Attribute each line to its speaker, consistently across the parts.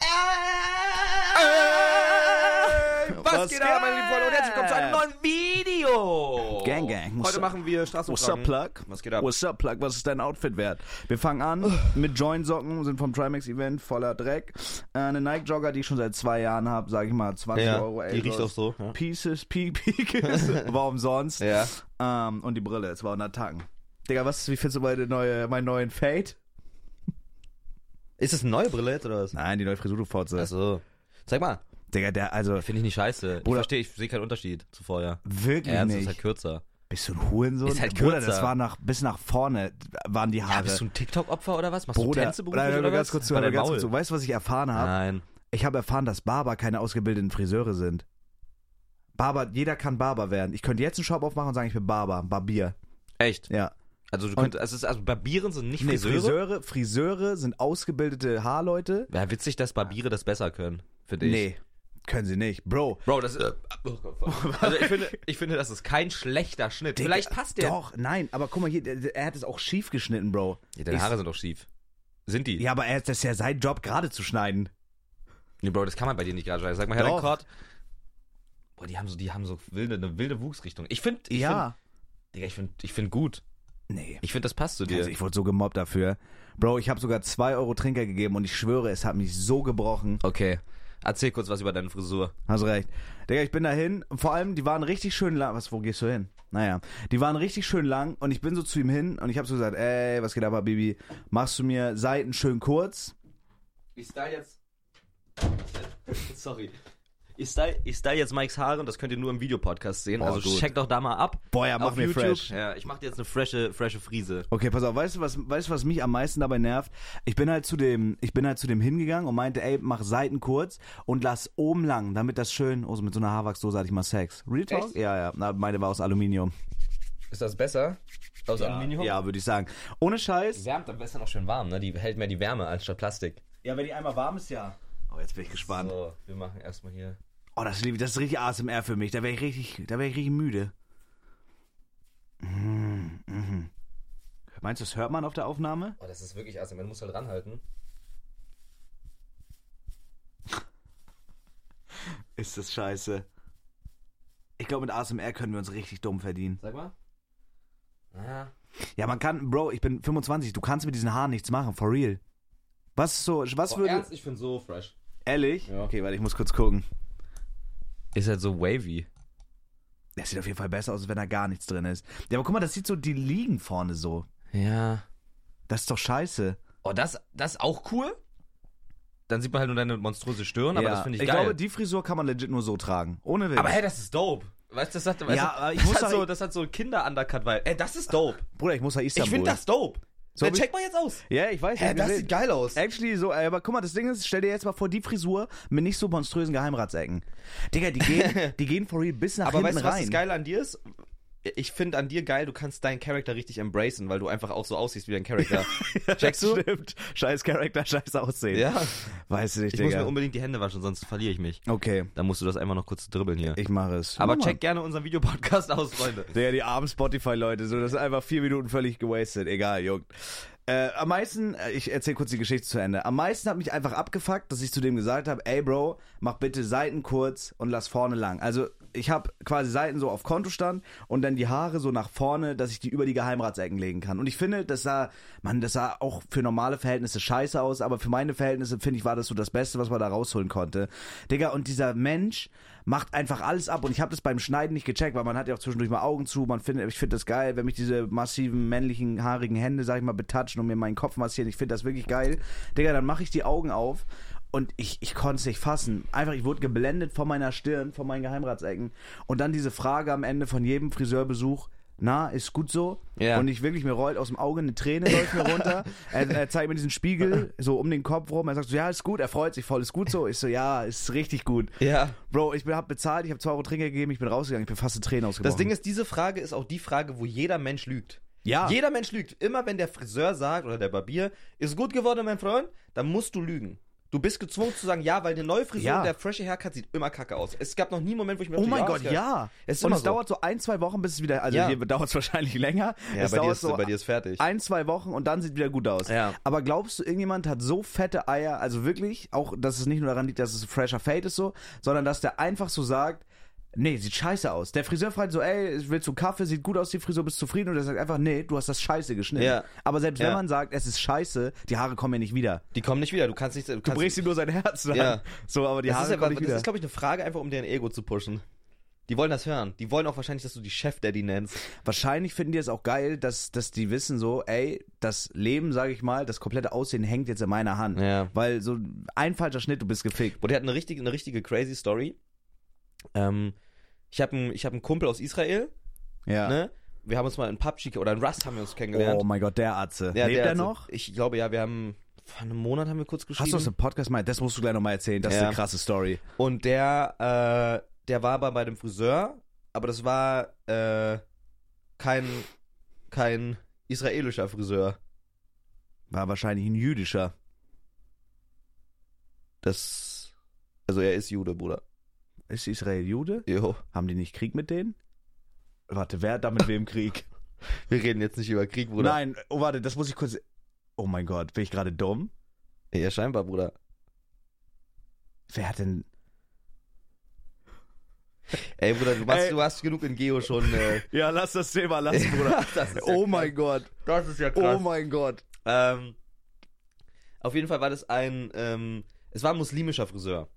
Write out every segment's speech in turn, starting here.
Speaker 1: Äh,
Speaker 2: Was, Was geht ab, meine lieben Freunde? Und herzlich willkommen zu einem neuen Video.
Speaker 1: Gang, gang. What's
Speaker 2: Oh, Heute
Speaker 1: up?
Speaker 2: machen wir Straße
Speaker 1: What's up, Plug?
Speaker 2: Was geht ab?
Speaker 1: What's up, Plug? Was ist dein Outfit wert? Wir fangen an mit Join-Socken, sind vom Trimax-Event voller Dreck. Äh, Eine Nike-Jogger, die ich schon seit zwei Jahren habe, sag ich mal, 20
Speaker 2: Ja,
Speaker 1: Euro.
Speaker 2: die riecht auch so, ja.
Speaker 1: Pieces, Pie- Pieces, warum sonst?
Speaker 2: Ja.
Speaker 1: Ähm, und die Brille, es war 100 Tacken. Digga, was, wie findest du meine neue, meinen neuen Fade?
Speaker 2: Ist das eine neue Brille jetzt oder was?
Speaker 1: Nein, die neue Frisur-Fotze.
Speaker 2: Achso. Zeig mal.
Speaker 1: Digga, der, also,
Speaker 2: Finde ich nicht scheiße. Ich
Speaker 1: Bruder.
Speaker 2: verstehe, ich sehe keinen Unterschied zu vorher.
Speaker 1: wirklich
Speaker 2: Ernst, ist
Speaker 1: nicht.
Speaker 2: halt kürzer.
Speaker 1: bist du ein Hurensohn?
Speaker 2: Ist halt
Speaker 1: Bruder,
Speaker 2: kürzer.
Speaker 1: das war nach, bis nach vorne waren die Haare.
Speaker 2: Ja, bist du ein TikTok-Opfer oder was? Machst du
Speaker 1: Bruder,
Speaker 2: Tänze beruflich
Speaker 1: nein, hör
Speaker 2: oder
Speaker 1: mir ganz
Speaker 2: was?
Speaker 1: kurz zu,
Speaker 2: Bei
Speaker 1: hör mir
Speaker 2: deinem
Speaker 1: ganz kurz
Speaker 2: Maul.
Speaker 1: zu. Weißt du, was ich erfahren habe?
Speaker 2: Nein.
Speaker 1: Ich habe erfahren, dass Barber keine ausgebildeten Friseure sind. Barber, jeder kann Barber werden. Ich könnte jetzt einen Shop aufmachen und sagen, ich bin Barber, Barbier.
Speaker 2: Echt?
Speaker 1: Ja.
Speaker 2: Also du könntest, also, es ist- also Barbieren sind nicht
Speaker 1: Nee,
Speaker 2: Friseure?
Speaker 1: Friseure, Friseure sind ausgebildete Haarleute.
Speaker 2: Ja, witzig, dass Barbiere das besser können, finde ich.
Speaker 1: Nee, können sie nicht. Bro.
Speaker 2: Bro, das ist. Oh Gott, also ich finde, ich finde, das ist kein schlechter Schnitt.
Speaker 1: Digga,
Speaker 2: Vielleicht passt der.
Speaker 1: Doch, nein, aber guck mal hier, der- er hat es auch schief geschnitten, Bro.
Speaker 2: Ja, deine
Speaker 1: Ich-
Speaker 2: Haare sind doch schief. Sind die?
Speaker 1: Ja, aber er, das ist ja sein Job, gerade zu schneiden.
Speaker 2: Nee, Bro, das kann man bei dir nicht gerade schneiden. Sag mal, Herr
Speaker 1: Doch.
Speaker 2: Rekord. Boah, die haben so, die haben so wilde, eine wilde Wuchsrichtung. Ich finde, ich
Speaker 1: ja.
Speaker 2: find, Digga, ich finde, ich finde gut.
Speaker 1: Nee.
Speaker 2: Ich finde, das passt zu dir.
Speaker 1: Also ich wurde so gemobbt dafür. Bro, ich habe sogar 2 Euro Trinker gegeben und ich schwöre, es hat mich so gebrochen.
Speaker 2: okay. Erzähl kurz was über deine Frisur.
Speaker 1: Hast recht. Digga, ich bin da hin. Vor allem, die waren richtig schön lang. Was, wo gehst du hin? Naja. Die waren richtig schön lang und ich bin so zu ihm hin und ich habe so gesagt, ey, was geht ab, Habibi? Machst du mir Seiten schön kurz?
Speaker 2: Ich style jetzt. Sorry. Ich style, ich style jetzt Mikes Haare und das könnt ihr nur im Videopodcast sehen.
Speaker 1: Boah,
Speaker 2: also
Speaker 1: gut.
Speaker 2: checkt doch da mal ab.
Speaker 1: Boah, ja, mach
Speaker 2: auf
Speaker 1: mir
Speaker 2: YouTube.
Speaker 1: fresh.
Speaker 2: Ja, ich mache dir jetzt eine frische, frische Frise.
Speaker 1: Okay, pass auf, weißt du, was, weißt du, was mich am meisten dabei nervt? Ich bin halt zu dem, ich bin halt zu dem hingegangen und meinte, ey, mach Seiten kurz und lass oben lang, damit das schön, oh, so mit so einer Haarwachsdose hatte ich mal Sex. Real Talk?
Speaker 2: Echt?
Speaker 1: Ja, ja, na, meine war aus Aluminium.
Speaker 2: Ist das besser? Aus Aluminium?
Speaker 1: Ja, würde ich sagen. Ohne Scheiß.
Speaker 2: Wärmt, aber ist dann auch schön warm, ne? Die hält mehr die Wärme anstatt Plastik.
Speaker 1: Ja, wenn die einmal warm ist, ja. Oh, jetzt bin ich gespannt.
Speaker 2: So, wir machen erstmal hier.
Speaker 1: Oh, das liebe ich, das ist richtig ASMR für mich. Da wäre ich richtig, da wäre ich richtig müde. Mm, mhm. Meinst du, das hört man auf der Aufnahme?
Speaker 2: Oh, das ist wirklich ASMR. Man muss halt ranhalten.
Speaker 1: Ist das scheiße. Ich glaube, mit ASMR können wir uns richtig dumm verdienen.
Speaker 2: Sag mal. Ja.
Speaker 1: Ja, man kann, Bro, ich bin 25, du kannst mit diesen Haaren nichts machen, for real. Was ist so, was
Speaker 2: Boah,
Speaker 1: würde.
Speaker 2: ernst, ich find's so fresh.
Speaker 1: Ehrlich?
Speaker 2: Ja.
Speaker 1: Okay, warte, ich muss kurz gucken.
Speaker 2: Ist halt so wavy.
Speaker 1: Der sieht auf jeden Fall besser aus, als wenn da gar nichts drin ist. Ja, aber guck mal, das sieht so, die liegen vorne so.
Speaker 2: Ja.
Speaker 1: Das ist doch scheiße.
Speaker 2: Oh, das, das ist auch cool. Dann sieht man halt nur deine monströse Stirn, aber
Speaker 1: Ja,
Speaker 2: das finde ich,
Speaker 1: ich
Speaker 2: geil.
Speaker 1: glaube, die Frisur kann man legit nur so tragen. Ohne Witz.
Speaker 2: aber hey, das ist dope. Weißt du, das hat, weißt
Speaker 1: Ja,
Speaker 2: du,
Speaker 1: aber ich
Speaker 2: das
Speaker 1: muss
Speaker 2: hat
Speaker 1: sagen-
Speaker 2: so, das hat so Kinder-Undercut, weil, ey, das ist dope.
Speaker 1: Bruder, ich muss nach Istanbul.
Speaker 2: Ich finde das dope.
Speaker 1: So
Speaker 2: Dann
Speaker 1: hab ich-
Speaker 2: check mal jetzt aus.
Speaker 1: Ja, ich weiß. ich
Speaker 2: Hä,
Speaker 1: hab
Speaker 2: das
Speaker 1: gesehen.
Speaker 2: sieht geil aus.
Speaker 1: Actually, so, ey, aber guck mal, das Ding ist, stell dir jetzt mal vor, die Frisur mit nicht so monströsen Geheimratsecken. Digga, die gehen, die gehen for real bis nach
Speaker 2: Aber
Speaker 1: hinten
Speaker 2: weißt du, was
Speaker 1: rein.
Speaker 2: das Geile an dir ist? Ich finde an dir geil, du kannst deinen Charakter richtig embracen, weil du einfach auch so aussiehst wie dein Charakter. Checkst du?
Speaker 1: Stimmt. Scheiß Charakter, scheiß Aussehen.
Speaker 2: Ja.
Speaker 1: Weiß du nicht,
Speaker 2: Ich muss
Speaker 1: Digga.
Speaker 2: mir unbedingt die Hände waschen, sonst verliere ich mich.
Speaker 1: okay,
Speaker 2: Dann musst du das einmal noch kurz dribbeln hier.
Speaker 1: ich mache es.
Speaker 2: Aber
Speaker 1: Guck mal.
Speaker 2: check gerne unseren Videopodcast aus, Freunde.
Speaker 1: Digga, die armen Spotify-Leute, so, das ist einfach vier Minuten völlig gewastet. Egal, juckt. Äh, am meisten, äh, ich erzähle kurz die Geschichte zu Ende. Am meisten hat mich einfach abgefuckt, dass ich zu dem gesagt habe, ey Bro, mach bitte Seiten kurz und lass vorne lang. Also ich habe quasi Seiten so auf Kontostand und dann die Haare so nach vorne, dass ich die über die Geheimratsecken legen kann. Und ich finde, das sah, man, das sah auch für normale Verhältnisse scheiße aus, aber für meine Verhältnisse finde ich, war das so das Beste, was man da rausholen konnte. Digga, und dieser Mensch macht einfach alles ab und ich habe das beim Schneiden nicht gecheckt, weil man hat ja auch zwischendurch mal Augen zu, man findet, ich finde das geil, wenn mich diese massiven männlichen haarigen Hände, sag ich mal, betatschen und mir meinen Kopf massieren, ich finde das wirklich geil. Digga, dann mache ich die Augen auf und ich, ich konnte es nicht fassen. Einfach, ich wurde geblendet von meiner Stirn, von meinen Geheimratsecken und dann diese Frage am Ende von jedem Friseurbesuch, na, ist gut so?
Speaker 2: Ja.
Speaker 1: Und ich wirklich, mir rollt aus dem Auge eine Träne, läuft mir runter. Er, er zeigt mir diesen Spiegel so um den Kopf rum. Er sagt so, ja, ist gut. Er freut sich voll, ist gut so. Ich so, ja, ist richtig gut.
Speaker 2: Ja.
Speaker 1: Bro, ich bin, hab bezahlt, ich habe 2 Euro Trinker gegeben, ich bin rausgegangen, ich bin fast in Tränen ausgebrochen.
Speaker 2: Das Ding ist, diese Frage ist auch die Frage, wo jeder Mensch lügt.
Speaker 1: Ja.
Speaker 2: Jeder Mensch lügt. Immer wenn der Friseur sagt oder der Barbier, ist gut geworden, mein Freund, dann musst du lügen. Du bist gezwungen zu sagen, ja, weil eine neue Frisur
Speaker 1: Ja.
Speaker 2: und der freshe Haircut sieht immer kacke aus. Es gab noch nie einen Moment, wo ich mir
Speaker 1: Oh
Speaker 2: dachte,
Speaker 1: mein
Speaker 2: ja,
Speaker 1: Gott,
Speaker 2: ist geil.
Speaker 1: ja.
Speaker 2: Es ist
Speaker 1: und
Speaker 2: immer
Speaker 1: es
Speaker 2: so.
Speaker 1: dauert so ein, zwei Wochen, bis es wieder, also
Speaker 2: Ja.
Speaker 1: hier dauert es wahrscheinlich länger.
Speaker 2: Ja,
Speaker 1: es
Speaker 2: bei dir, ist,
Speaker 1: dauert
Speaker 2: bei dir ist fertig.
Speaker 1: ein, zwei Wochen und dann sieht wieder gut aus.
Speaker 2: Ja.
Speaker 1: Aber glaubst du, irgendjemand hat so fette Eier, also wirklich, auch, dass es nicht nur daran liegt, dass es ein fresher Fade ist so, sondern dass der einfach so sagt, nee, sieht scheiße aus. Der Friseur fragt so, ey, willst du Kaffee, sieht gut aus, die Frisur, bist du zufrieden? Und der sagt einfach, nee, du hast das scheiße geschnitten.
Speaker 2: Ja.
Speaker 1: Aber selbst wenn
Speaker 2: Ja.
Speaker 1: man sagt, es ist scheiße, die Haare kommen ja nicht wieder. Also
Speaker 2: Die kommen nicht wieder. Du kannst nicht. Du, kannst,
Speaker 1: ihm nur sein Herz lang.
Speaker 2: Ja.
Speaker 1: So, aber die
Speaker 2: das
Speaker 1: Haare
Speaker 2: ist, aber,
Speaker 1: kommen nicht
Speaker 2: das
Speaker 1: wieder.
Speaker 2: ist, glaube ich, eine Frage einfach, um deren Ego zu pushen. Die wollen das hören. Die wollen auch wahrscheinlich, dass du die Chef-Daddy nennst.
Speaker 1: Wahrscheinlich finden die es auch geil, dass, dass die wissen so, ey, das Leben, sage ich mal, das komplette Aussehen hängt jetzt in meiner Hand.
Speaker 2: Ja.
Speaker 1: Weil so ein falscher Schnitt, du bist gefickt.
Speaker 2: Und der hat eine richtige, eine richtige crazy Story. Ähm, ich habe einen, ich hab einen Kumpel aus Israel,
Speaker 1: Ja.
Speaker 2: ne? Wir haben uns mal in PUBG oder in Rust haben wir uns kennengelernt.
Speaker 1: Oh mein Gott, der Atze.
Speaker 2: Ja,
Speaker 1: Lebt
Speaker 2: der
Speaker 1: er
Speaker 2: hat so-
Speaker 1: noch?
Speaker 2: Ich glaube, ja, wir haben, vor einem Monat haben wir kurz
Speaker 1: Hast
Speaker 2: geschrieben.
Speaker 1: du aus dem Podcast mal? Das musst du gleich nochmal erzählen. Das ist
Speaker 2: Ja.
Speaker 1: eine krasse Story.
Speaker 2: Und der, äh, der war aber bei dem Friseur, aber das war äh, kein, kein israelischer Friseur.
Speaker 1: War wahrscheinlich ein jüdischer.
Speaker 2: Das, also er ist Jude, Bruder.
Speaker 1: Ist Israel Jude?
Speaker 2: Jo.
Speaker 1: Haben die nicht Krieg mit denen? Warte, wer hat da mit wem Krieg?
Speaker 2: Wir reden jetzt nicht über Krieg, Bruder.
Speaker 1: Nein, oh warte, das muss ich kurz. Oh mein Gott, bin ich gerade dumm?
Speaker 2: Ja, scheinbar, Bruder.
Speaker 1: Wer hat denn.
Speaker 2: Ey, Bruder, du, machst,
Speaker 1: Ey.
Speaker 2: du hast genug in Geo schon. Äh,
Speaker 1: Ja, lass das Thema lassen, Bruder.
Speaker 2: das ist
Speaker 1: oh
Speaker 2: ja
Speaker 1: mein Gott.
Speaker 2: Das ist ja
Speaker 1: Oh mein Gott.
Speaker 2: Ähm, auf jeden Fall war das ein, ähm, es war ein muslimischer Friseur.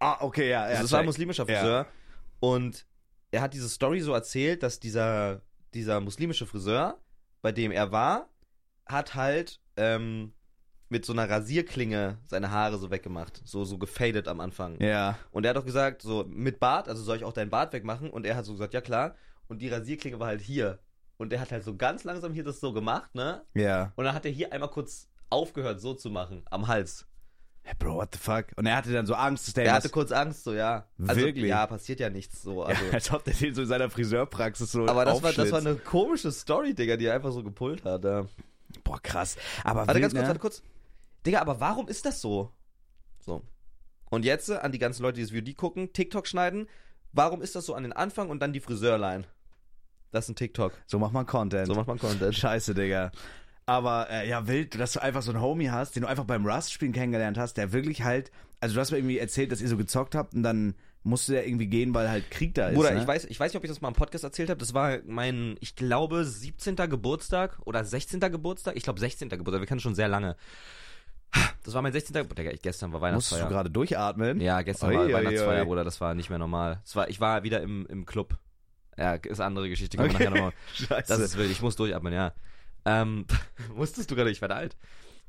Speaker 1: Ah, okay, ja. ja
Speaker 2: Also es war ein
Speaker 1: check.
Speaker 2: muslimischer
Speaker 1: Ja.
Speaker 2: Friseur. Und er hat diese Story so erzählt, dass dieser, dieser muslimische Friseur, bei dem er war, hat halt ähm, mit so einer Rasierklinge seine Haare so weggemacht. So, so gefadet am Anfang.
Speaker 1: Ja.
Speaker 2: Und er hat auch gesagt, so mit Bart, also soll ich auch deinen Bart wegmachen? Und er hat so gesagt, ja klar. Und die Rasierklinge war halt hier. Und er hat halt so ganz langsam hier das so gemacht, ne?
Speaker 1: Ja.
Speaker 2: Und dann hat er hier einmal kurz aufgehört, so zu machen, am Hals.
Speaker 1: Hey, Bro, what the fuck? Und er hatte dann so Angst, dass der.
Speaker 2: er
Speaker 1: was-
Speaker 2: hatte kurz Angst, so ja. Also,
Speaker 1: Wirklich?
Speaker 2: Ja, passiert ja nichts so. Also.
Speaker 1: ja, als ob der den so in seiner Friseurpraxis so.
Speaker 2: Aber das war, das
Speaker 1: aufschlitzt.
Speaker 2: war eine komische Story, Digga, die er einfach so gepult hat. Ja.
Speaker 1: Boah, krass. Aber
Speaker 2: Warte
Speaker 1: wild,
Speaker 2: ganz kurz,
Speaker 1: ne?
Speaker 2: warte kurz. Digga, aber warum ist das so? So. Und jetzt äh, an die ganzen Leute, die das VOD gucken, TikTok schneiden. Warum ist das so an den Anfang und dann die Friseurline? Das ist ein TikTok.
Speaker 1: So macht man Content.
Speaker 2: So macht man Content.
Speaker 1: Scheiße, Digga. Aber äh, ja, wild, dass du einfach so einen Homie hast, den du einfach beim Rust-Spielen kennengelernt hast, der wirklich halt, also du hast mir irgendwie erzählt, dass ihr so gezockt habt und dann musste der irgendwie gehen, weil halt Krieg da ist.
Speaker 2: Bruder,
Speaker 1: ne?
Speaker 2: ich weiß, ich weiß nicht, ob ich das mal im Podcast erzählt habe. Das war mein, ich glaube, 17. Geburtstag oder 16. Geburtstag. Ich glaube, 16. Geburtstag. Wir kennen schon sehr lange. Das war mein 16. Geburtstag. Digga, gestern war
Speaker 1: Musstest
Speaker 2: Weihnachtsfeier.
Speaker 1: du gerade durchatmen?
Speaker 2: Ja, gestern
Speaker 1: Oi,
Speaker 2: war
Speaker 1: oi,
Speaker 2: Weihnachtsfeier,
Speaker 1: oi.
Speaker 2: Bruder, das war nicht mehr normal. Das war, ich war wieder im, im Club. Ja, ist eine andere Geschichte, kann
Speaker 1: Okay.
Speaker 2: man nachher nochmal.
Speaker 1: Scheiße.
Speaker 2: Das ist wild, ich muss durchatmen, ja. Ähm, musstest du gerade, ich werde alt.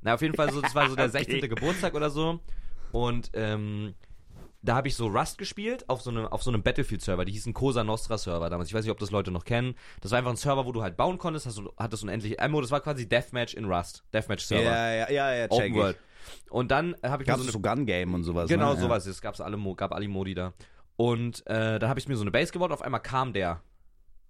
Speaker 2: Na, auf jeden Fall, so, das war so der 16. Geburtstag oder so. Und ähm, da habe ich so Rust gespielt auf so einem, auf so einem Battlefield-Server. Die hießen Cosa Nostra-Server damals. Ich weiß nicht, ob das Leute noch kennen. Das war einfach ein Server, wo du halt bauen konntest, hast, du- hattest unendlich Ammo. Das war quasi Deathmatch in Rust.
Speaker 1: ja,
Speaker 2: Deathmatch-Server.
Speaker 1: ja, ja, ja, check
Speaker 2: Open World.
Speaker 1: ich.
Speaker 2: Und dann äh, habe ich mir
Speaker 1: Gab
Speaker 2: so
Speaker 1: es
Speaker 2: eine
Speaker 1: so Gun Game und sowas.
Speaker 2: Genau,
Speaker 1: ne?
Speaker 2: sowas. Es gab's alle, Mo- gab alle Modi da. Und äh, dann habe ich mir so eine Base gebaut, auf einmal kam der.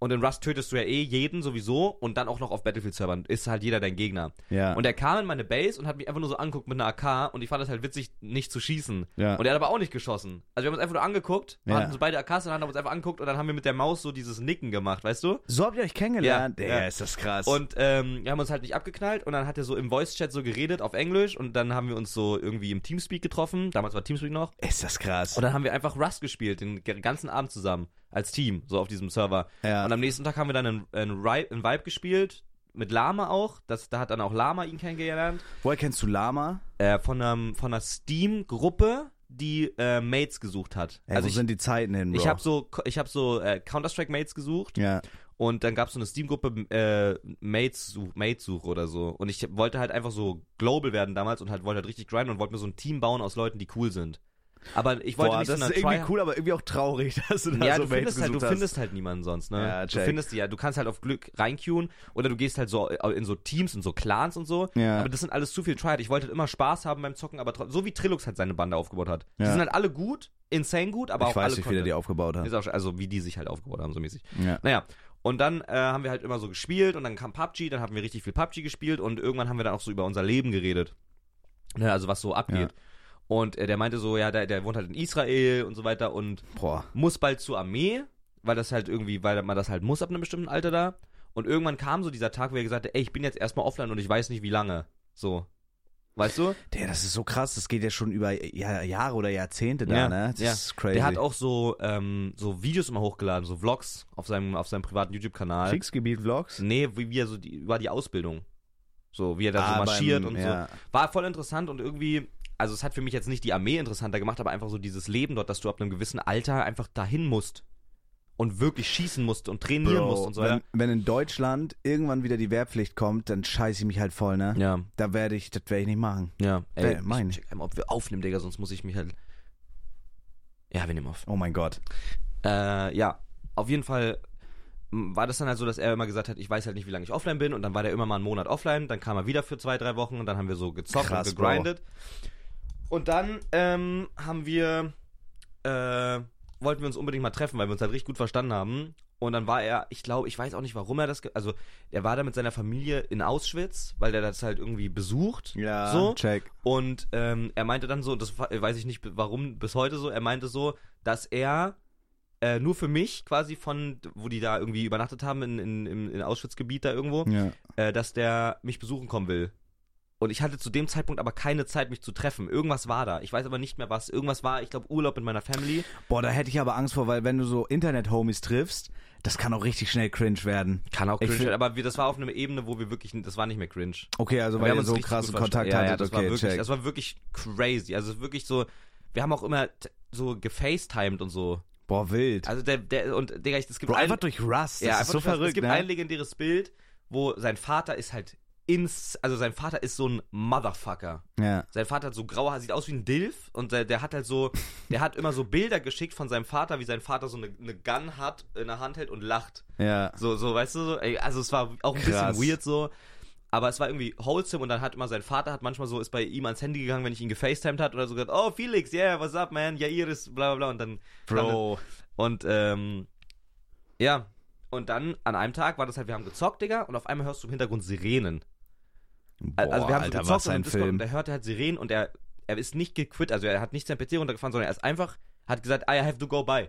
Speaker 2: Und in Rust tötest du ja eh jeden sowieso und dann auch noch auf Battlefield-Servern. Ist halt jeder dein Gegner.
Speaker 1: Ja.
Speaker 2: Und er kam in meine Base und hat mich einfach nur so angeguckt mit einer AK und ich fand es halt witzig, nicht zu schießen.
Speaker 1: Ja.
Speaker 2: Und er hat aber auch nicht geschossen. Also wir haben uns einfach nur angeguckt, wir
Speaker 1: Ja.
Speaker 2: hatten so beide AKs und haben uns einfach angeguckt und dann haben wir mit der Maus so dieses Nicken gemacht, weißt du?
Speaker 1: so habt ihr euch kennengelernt.
Speaker 2: Ja,
Speaker 1: Ja,
Speaker 2: ja.
Speaker 1: ist das krass.
Speaker 2: Und ähm, wir haben uns halt nicht abgeknallt und dann hat er so im Voice-Chat so geredet auf Englisch und dann haben wir uns so irgendwie im Teamspeak getroffen. Damals war Teamspeak noch.
Speaker 1: ist das krass.
Speaker 2: Und dann haben wir einfach Rust gespielt, den ge- ganzen Abend zusammen, als Team, so auf diesem Server.
Speaker 1: Ja.
Speaker 2: Und am nächsten Tag haben wir dann einen, einen, Ri- einen Vibe gespielt, mit Lama auch. Das, da hat dann auch Lama ihn kennengelernt.
Speaker 1: Woher kennst du Lama?
Speaker 2: Äh, von, einem, von einer Steam-Gruppe, die äh, Mates gesucht hat.
Speaker 1: Ey,
Speaker 2: also
Speaker 1: wo
Speaker 2: ich,
Speaker 1: sind die Zeiten hin, Bro?
Speaker 2: ich habe so, ich hab so äh, Counter-Strike-Mates gesucht
Speaker 1: Ja.
Speaker 2: und dann gab es so eine Steam-Gruppe äh, Mates-Such Mates Suche oder so. Und ich wollte halt einfach so global werden damals und halt wollte halt richtig grinden und wollte mir so ein Team bauen aus Leuten, die cool sind. Aber ich wollte
Speaker 1: Boah,
Speaker 2: nicht
Speaker 1: das
Speaker 2: so
Speaker 1: ist
Speaker 2: eine
Speaker 1: irgendwie
Speaker 2: Tryhard-
Speaker 1: cool, aber irgendwie auch traurig, dass du da
Speaker 2: ja,
Speaker 1: so
Speaker 2: du findest
Speaker 1: Mates
Speaker 2: halt, du
Speaker 1: gesucht Also hast.
Speaker 2: findest halt niemanden sonst, ne?
Speaker 1: Ja,
Speaker 2: du
Speaker 1: check.
Speaker 2: findest die ja, du kannst halt auf Glück reinqueuen oder du gehst halt so in so Teams und so Clans und so.
Speaker 1: Ja.
Speaker 2: Aber das sind alles zu viel Tryhard. Ich wollte halt immer Spaß haben beim Zocken, aber tro- so wie Trilux halt seine Bande aufgebaut hat. Die
Speaker 1: Ja.
Speaker 2: sind halt alle gut, insane gut, aber
Speaker 1: ich
Speaker 2: auch
Speaker 1: weiß
Speaker 2: alle
Speaker 1: nicht, wie der die aufgebaut hat.
Speaker 2: ist auch, sch- also wie die sich halt aufgebaut haben so mäßig.
Speaker 1: Ja.
Speaker 2: Naja, und dann äh, haben wir halt immer so gespielt und dann kam PUBG, dann haben wir richtig viel PUBG gespielt und irgendwann haben wir dann auch so über unser Leben geredet. Ne, also was so abgeht. Und äh, der meinte so, ja, der, der wohnt halt in Israel und so weiter und
Speaker 1: Boah.
Speaker 2: muss bald zur Armee, weil das halt irgendwie, weil man das halt muss ab einem bestimmten Alter da. Und irgendwann kam so dieser Tag, wo er gesagt hat, ey, ich bin jetzt erstmal offline und ich weiß nicht wie lange. So. Weißt du?
Speaker 1: Der, das ist so krass. Das geht ja schon über ja, Jahre oder Jahrzehnte da,
Speaker 2: Ja,
Speaker 1: ne? Das
Speaker 2: ja.
Speaker 1: ist crazy.
Speaker 2: Der hat auch so, ähm, so Videos immer hochgeladen, so Vlogs auf seinem, auf seinem privaten
Speaker 1: Halt.
Speaker 2: YouTube-Kanal.
Speaker 1: Kriegsgebiet-Vlogs.
Speaker 2: Nee, wie, wie er so die, über die Ausbildung. So, wie er
Speaker 1: Ah,
Speaker 2: da so marschiert und so. War voll interessant und irgendwie, also es hat für mich jetzt nicht die Armee interessanter gemacht, aber einfach so dieses Leben dort, dass du ab einem gewissen Alter einfach dahin musst und wirklich schießen musst und trainieren
Speaker 1: Bro,
Speaker 2: musst und so weiter.
Speaker 1: wenn, wenn in Deutschland irgendwann wieder die Wehrpflicht kommt, dann scheiße ich mich halt voll, ne?
Speaker 2: Ja,
Speaker 1: Da werde ich, das werde ich nicht machen.
Speaker 2: ja.
Speaker 1: Wer- mein.
Speaker 2: Ich check einmal, ob wir aufnehmen, Digga, sonst muss ich mich halt. Ja, wir nehmen auf.
Speaker 1: Oh mein Gott.
Speaker 2: Äh, ja, auf jeden Fall m, war das dann halt so, dass er immer gesagt hat, ich weiß halt nicht, wie lange ich offline bin. Und dann war der immer mal einen Monat offline. Dann kam er wieder für zwei, drei Wochen und dann haben wir so gezockt
Speaker 1: Krass,
Speaker 2: und gegrindet. Und dann ähm, haben wir, äh, wollten wir uns unbedingt mal treffen, weil wir uns halt richtig gut verstanden haben. Und dann war er, ich glaube, ich weiß auch nicht, warum er das, ge- also er war da mit seiner Familie in Auschwitz, weil der das halt irgendwie besucht. So.
Speaker 1: Check.
Speaker 2: Und ähm, er meinte dann so, und das wa- weiß ich nicht b- warum bis heute so, er meinte so, dass er äh, nur für mich quasi von, wo die da irgendwie übernachtet haben, in, in, in, in Auschwitzgebiet da irgendwo,
Speaker 1: Ja.
Speaker 2: äh, dass der mich besuchen kommen will. Und ich hatte zu dem Zeitpunkt aber keine Zeit, mich zu treffen. Irgendwas war da. Ich weiß aber nicht mehr was. Irgendwas war, ich glaube, Urlaub mit meiner Family.
Speaker 1: Boah, da hätte ich aber Angst vor, weil wenn du so Internet-Homies triffst, das kann auch richtig schnell cringe werden.
Speaker 2: Kann auch
Speaker 1: Ich
Speaker 2: cringe
Speaker 1: find-
Speaker 2: sein, aber wir, das war auf einer Ebene, wo wir wirklich, das war nicht mehr cringe.
Speaker 1: Okay, also weil
Speaker 2: haben
Speaker 1: ihr
Speaker 2: uns
Speaker 1: so
Speaker 2: richtig
Speaker 1: krassen
Speaker 2: gut verstanden.
Speaker 1: Kontakt
Speaker 2: ja,
Speaker 1: hattet.
Speaker 2: Ja, das,
Speaker 1: okay,
Speaker 2: war wirklich, also
Speaker 1: check.
Speaker 2: das war wirklich crazy. Also wirklich so, wir haben auch immer t- so gefacetimed und so.
Speaker 1: Boah, wild.
Speaker 2: Also der, der und Digga, ich- es gibt
Speaker 1: Bro,
Speaker 2: ein-
Speaker 1: einfach durch Rust. Das
Speaker 2: ja,
Speaker 1: ist
Speaker 2: einfach
Speaker 1: so
Speaker 2: krass.
Speaker 1: verrückt,
Speaker 2: Es gibt
Speaker 1: ne?
Speaker 2: ein legendäres Bild, wo sein Vater ist halt ins, also sein Vater ist so ein Motherfucker.
Speaker 1: ja.
Speaker 2: Sein Vater hat so graue Haare, sieht aus wie ein Dilf und der, der hat halt so, der hat immer so Bilder geschickt von seinem Vater, wie sein Vater so eine, eine Gun hat, in der Hand hält und lacht.
Speaker 1: Ja.
Speaker 2: So, so, weißt du, so, ey, also es war auch ein
Speaker 1: Krass.
Speaker 2: bisschen weird so. Aber es war irgendwie wholesome und dann hat immer sein Vater, hat manchmal so, ist bei ihm ans Handy gegangen, wenn ich ihn gefacetimed hat oder so gesagt, oh Felix, yeah, what's up, man, ja, Iris, bla bla bla und dann
Speaker 1: Bro.
Speaker 2: und ähm, ja, und dann an einem Tag war das halt, wir haben gezockt, Digga, und auf einmal hörst du im Hintergrund Sirenen. Al-
Speaker 1: Boah,
Speaker 2: also wir haben
Speaker 1: Alter,
Speaker 2: so gezockt
Speaker 1: was ein
Speaker 2: und, Discord und
Speaker 1: Film.
Speaker 2: er hörte halt Sirenen und er, er ist nicht gequit, also er hat nicht sein PC runtergefahren, sondern er ist einfach, hat gesagt, "Ah, I have to go by.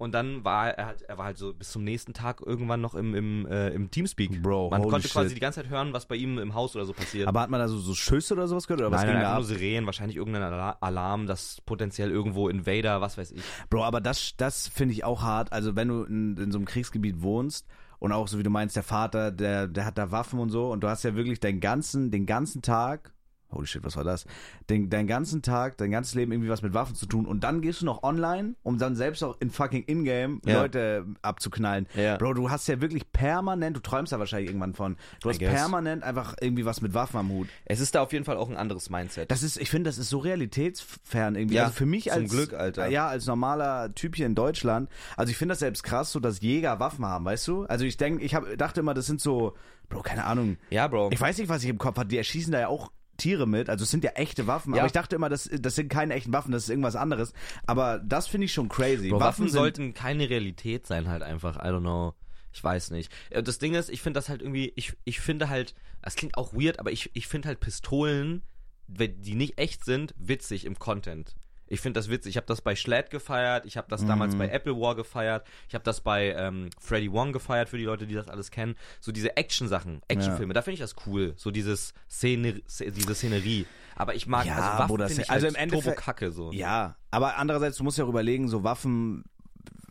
Speaker 2: Und dann war er halt, er war halt so bis zum nächsten Tag irgendwann noch im, im, äh, im Teamspeak.
Speaker 1: Bro,
Speaker 2: Man
Speaker 1: holy
Speaker 2: konnte quasi
Speaker 1: shit.
Speaker 2: die ganze Zeit hören, was bei ihm im Haus oder so passiert.
Speaker 1: Aber hat man da so, so Schüsse oder sowas gehört? Oder was
Speaker 2: Nein,
Speaker 1: ging
Speaker 2: nein,
Speaker 1: da
Speaker 2: einfach
Speaker 1: ab?
Speaker 2: nur Sirenen, wahrscheinlich irgendein Ala Alarm, dass potenziell irgendwo Invader, was weiß ich.
Speaker 1: Bro, aber das, das finde ich auch hart. Also wenn du in, in so einem Kriegsgebiet wohnst und auch so wie du meinst, der Vater, der, der hat da Waffen und so und du hast ja wirklich deinen ganzen, den ganzen Tag, holy shit, was war das? Den, deinen ganzen Tag, dein ganzes Leben irgendwie was mit Waffen zu tun und dann gehst du noch online, um dann selbst auch in fucking Ingame
Speaker 2: Ja.
Speaker 1: Leute abzuknallen.
Speaker 2: Ja.
Speaker 1: Bro, du hast ja wirklich permanent, du träumst da wahrscheinlich irgendwann von, du hast
Speaker 2: guess.
Speaker 1: permanent einfach irgendwie was mit Waffen am Hut.
Speaker 2: Es ist da auf jeden Fall auch ein anderes Mindset.
Speaker 1: Das ist, ich finde, das ist so realitätsfern irgendwie.
Speaker 2: Ja,
Speaker 1: also für mich
Speaker 2: zum
Speaker 1: als
Speaker 2: Glück, Alter.
Speaker 1: Ja, als normaler Typ hier in Deutschland. Also ich finde das selbst krass, so dass Jäger Waffen haben, weißt du? Also ich denke, ich hab, dachte immer, das sind so, Bro, keine Ahnung.
Speaker 2: ja, Bro.
Speaker 1: Ich weiß nicht, was ich im Kopf hatte. Die erschießen da ja auch Tiere mit. Also es sind ja echte Waffen.
Speaker 2: Ja.
Speaker 1: Aber ich dachte immer, das, das sind keine echten Waffen, das ist irgendwas anderes. Aber das finde ich schon crazy.
Speaker 2: Bro, Waffen,
Speaker 1: sind-
Speaker 2: sollten keine Realität sein, halt einfach. I don't know. Ich weiß nicht. Äh, Das Ding ist, ich finde das halt irgendwie, ich, ich finde halt, das klingt auch weird, aber ich, ich finde halt Pistolen, wenn die nicht echt sind, witzig im Content. Ich finde das witzig. Ich habe das bei Schlatt gefeiert, ich habe das damals
Speaker 1: Mhm.
Speaker 2: bei Apple War gefeiert, ich habe das bei ähm, Freddy Wong gefeiert, für die Leute, die das alles kennen. So diese Action-Sachen, Actionfilme, da finde ich das cool. So dieses Szener Szen- diese Szenerie. Aber ich mag,
Speaker 1: Ja,
Speaker 2: also Waffen
Speaker 1: Bruder,
Speaker 2: finde ich
Speaker 1: also
Speaker 2: halt
Speaker 1: im Endeffekt-
Speaker 2: Turbo-Kacke so.
Speaker 1: Ja, aber andererseits, du musst ja auch überlegen, so Waffen,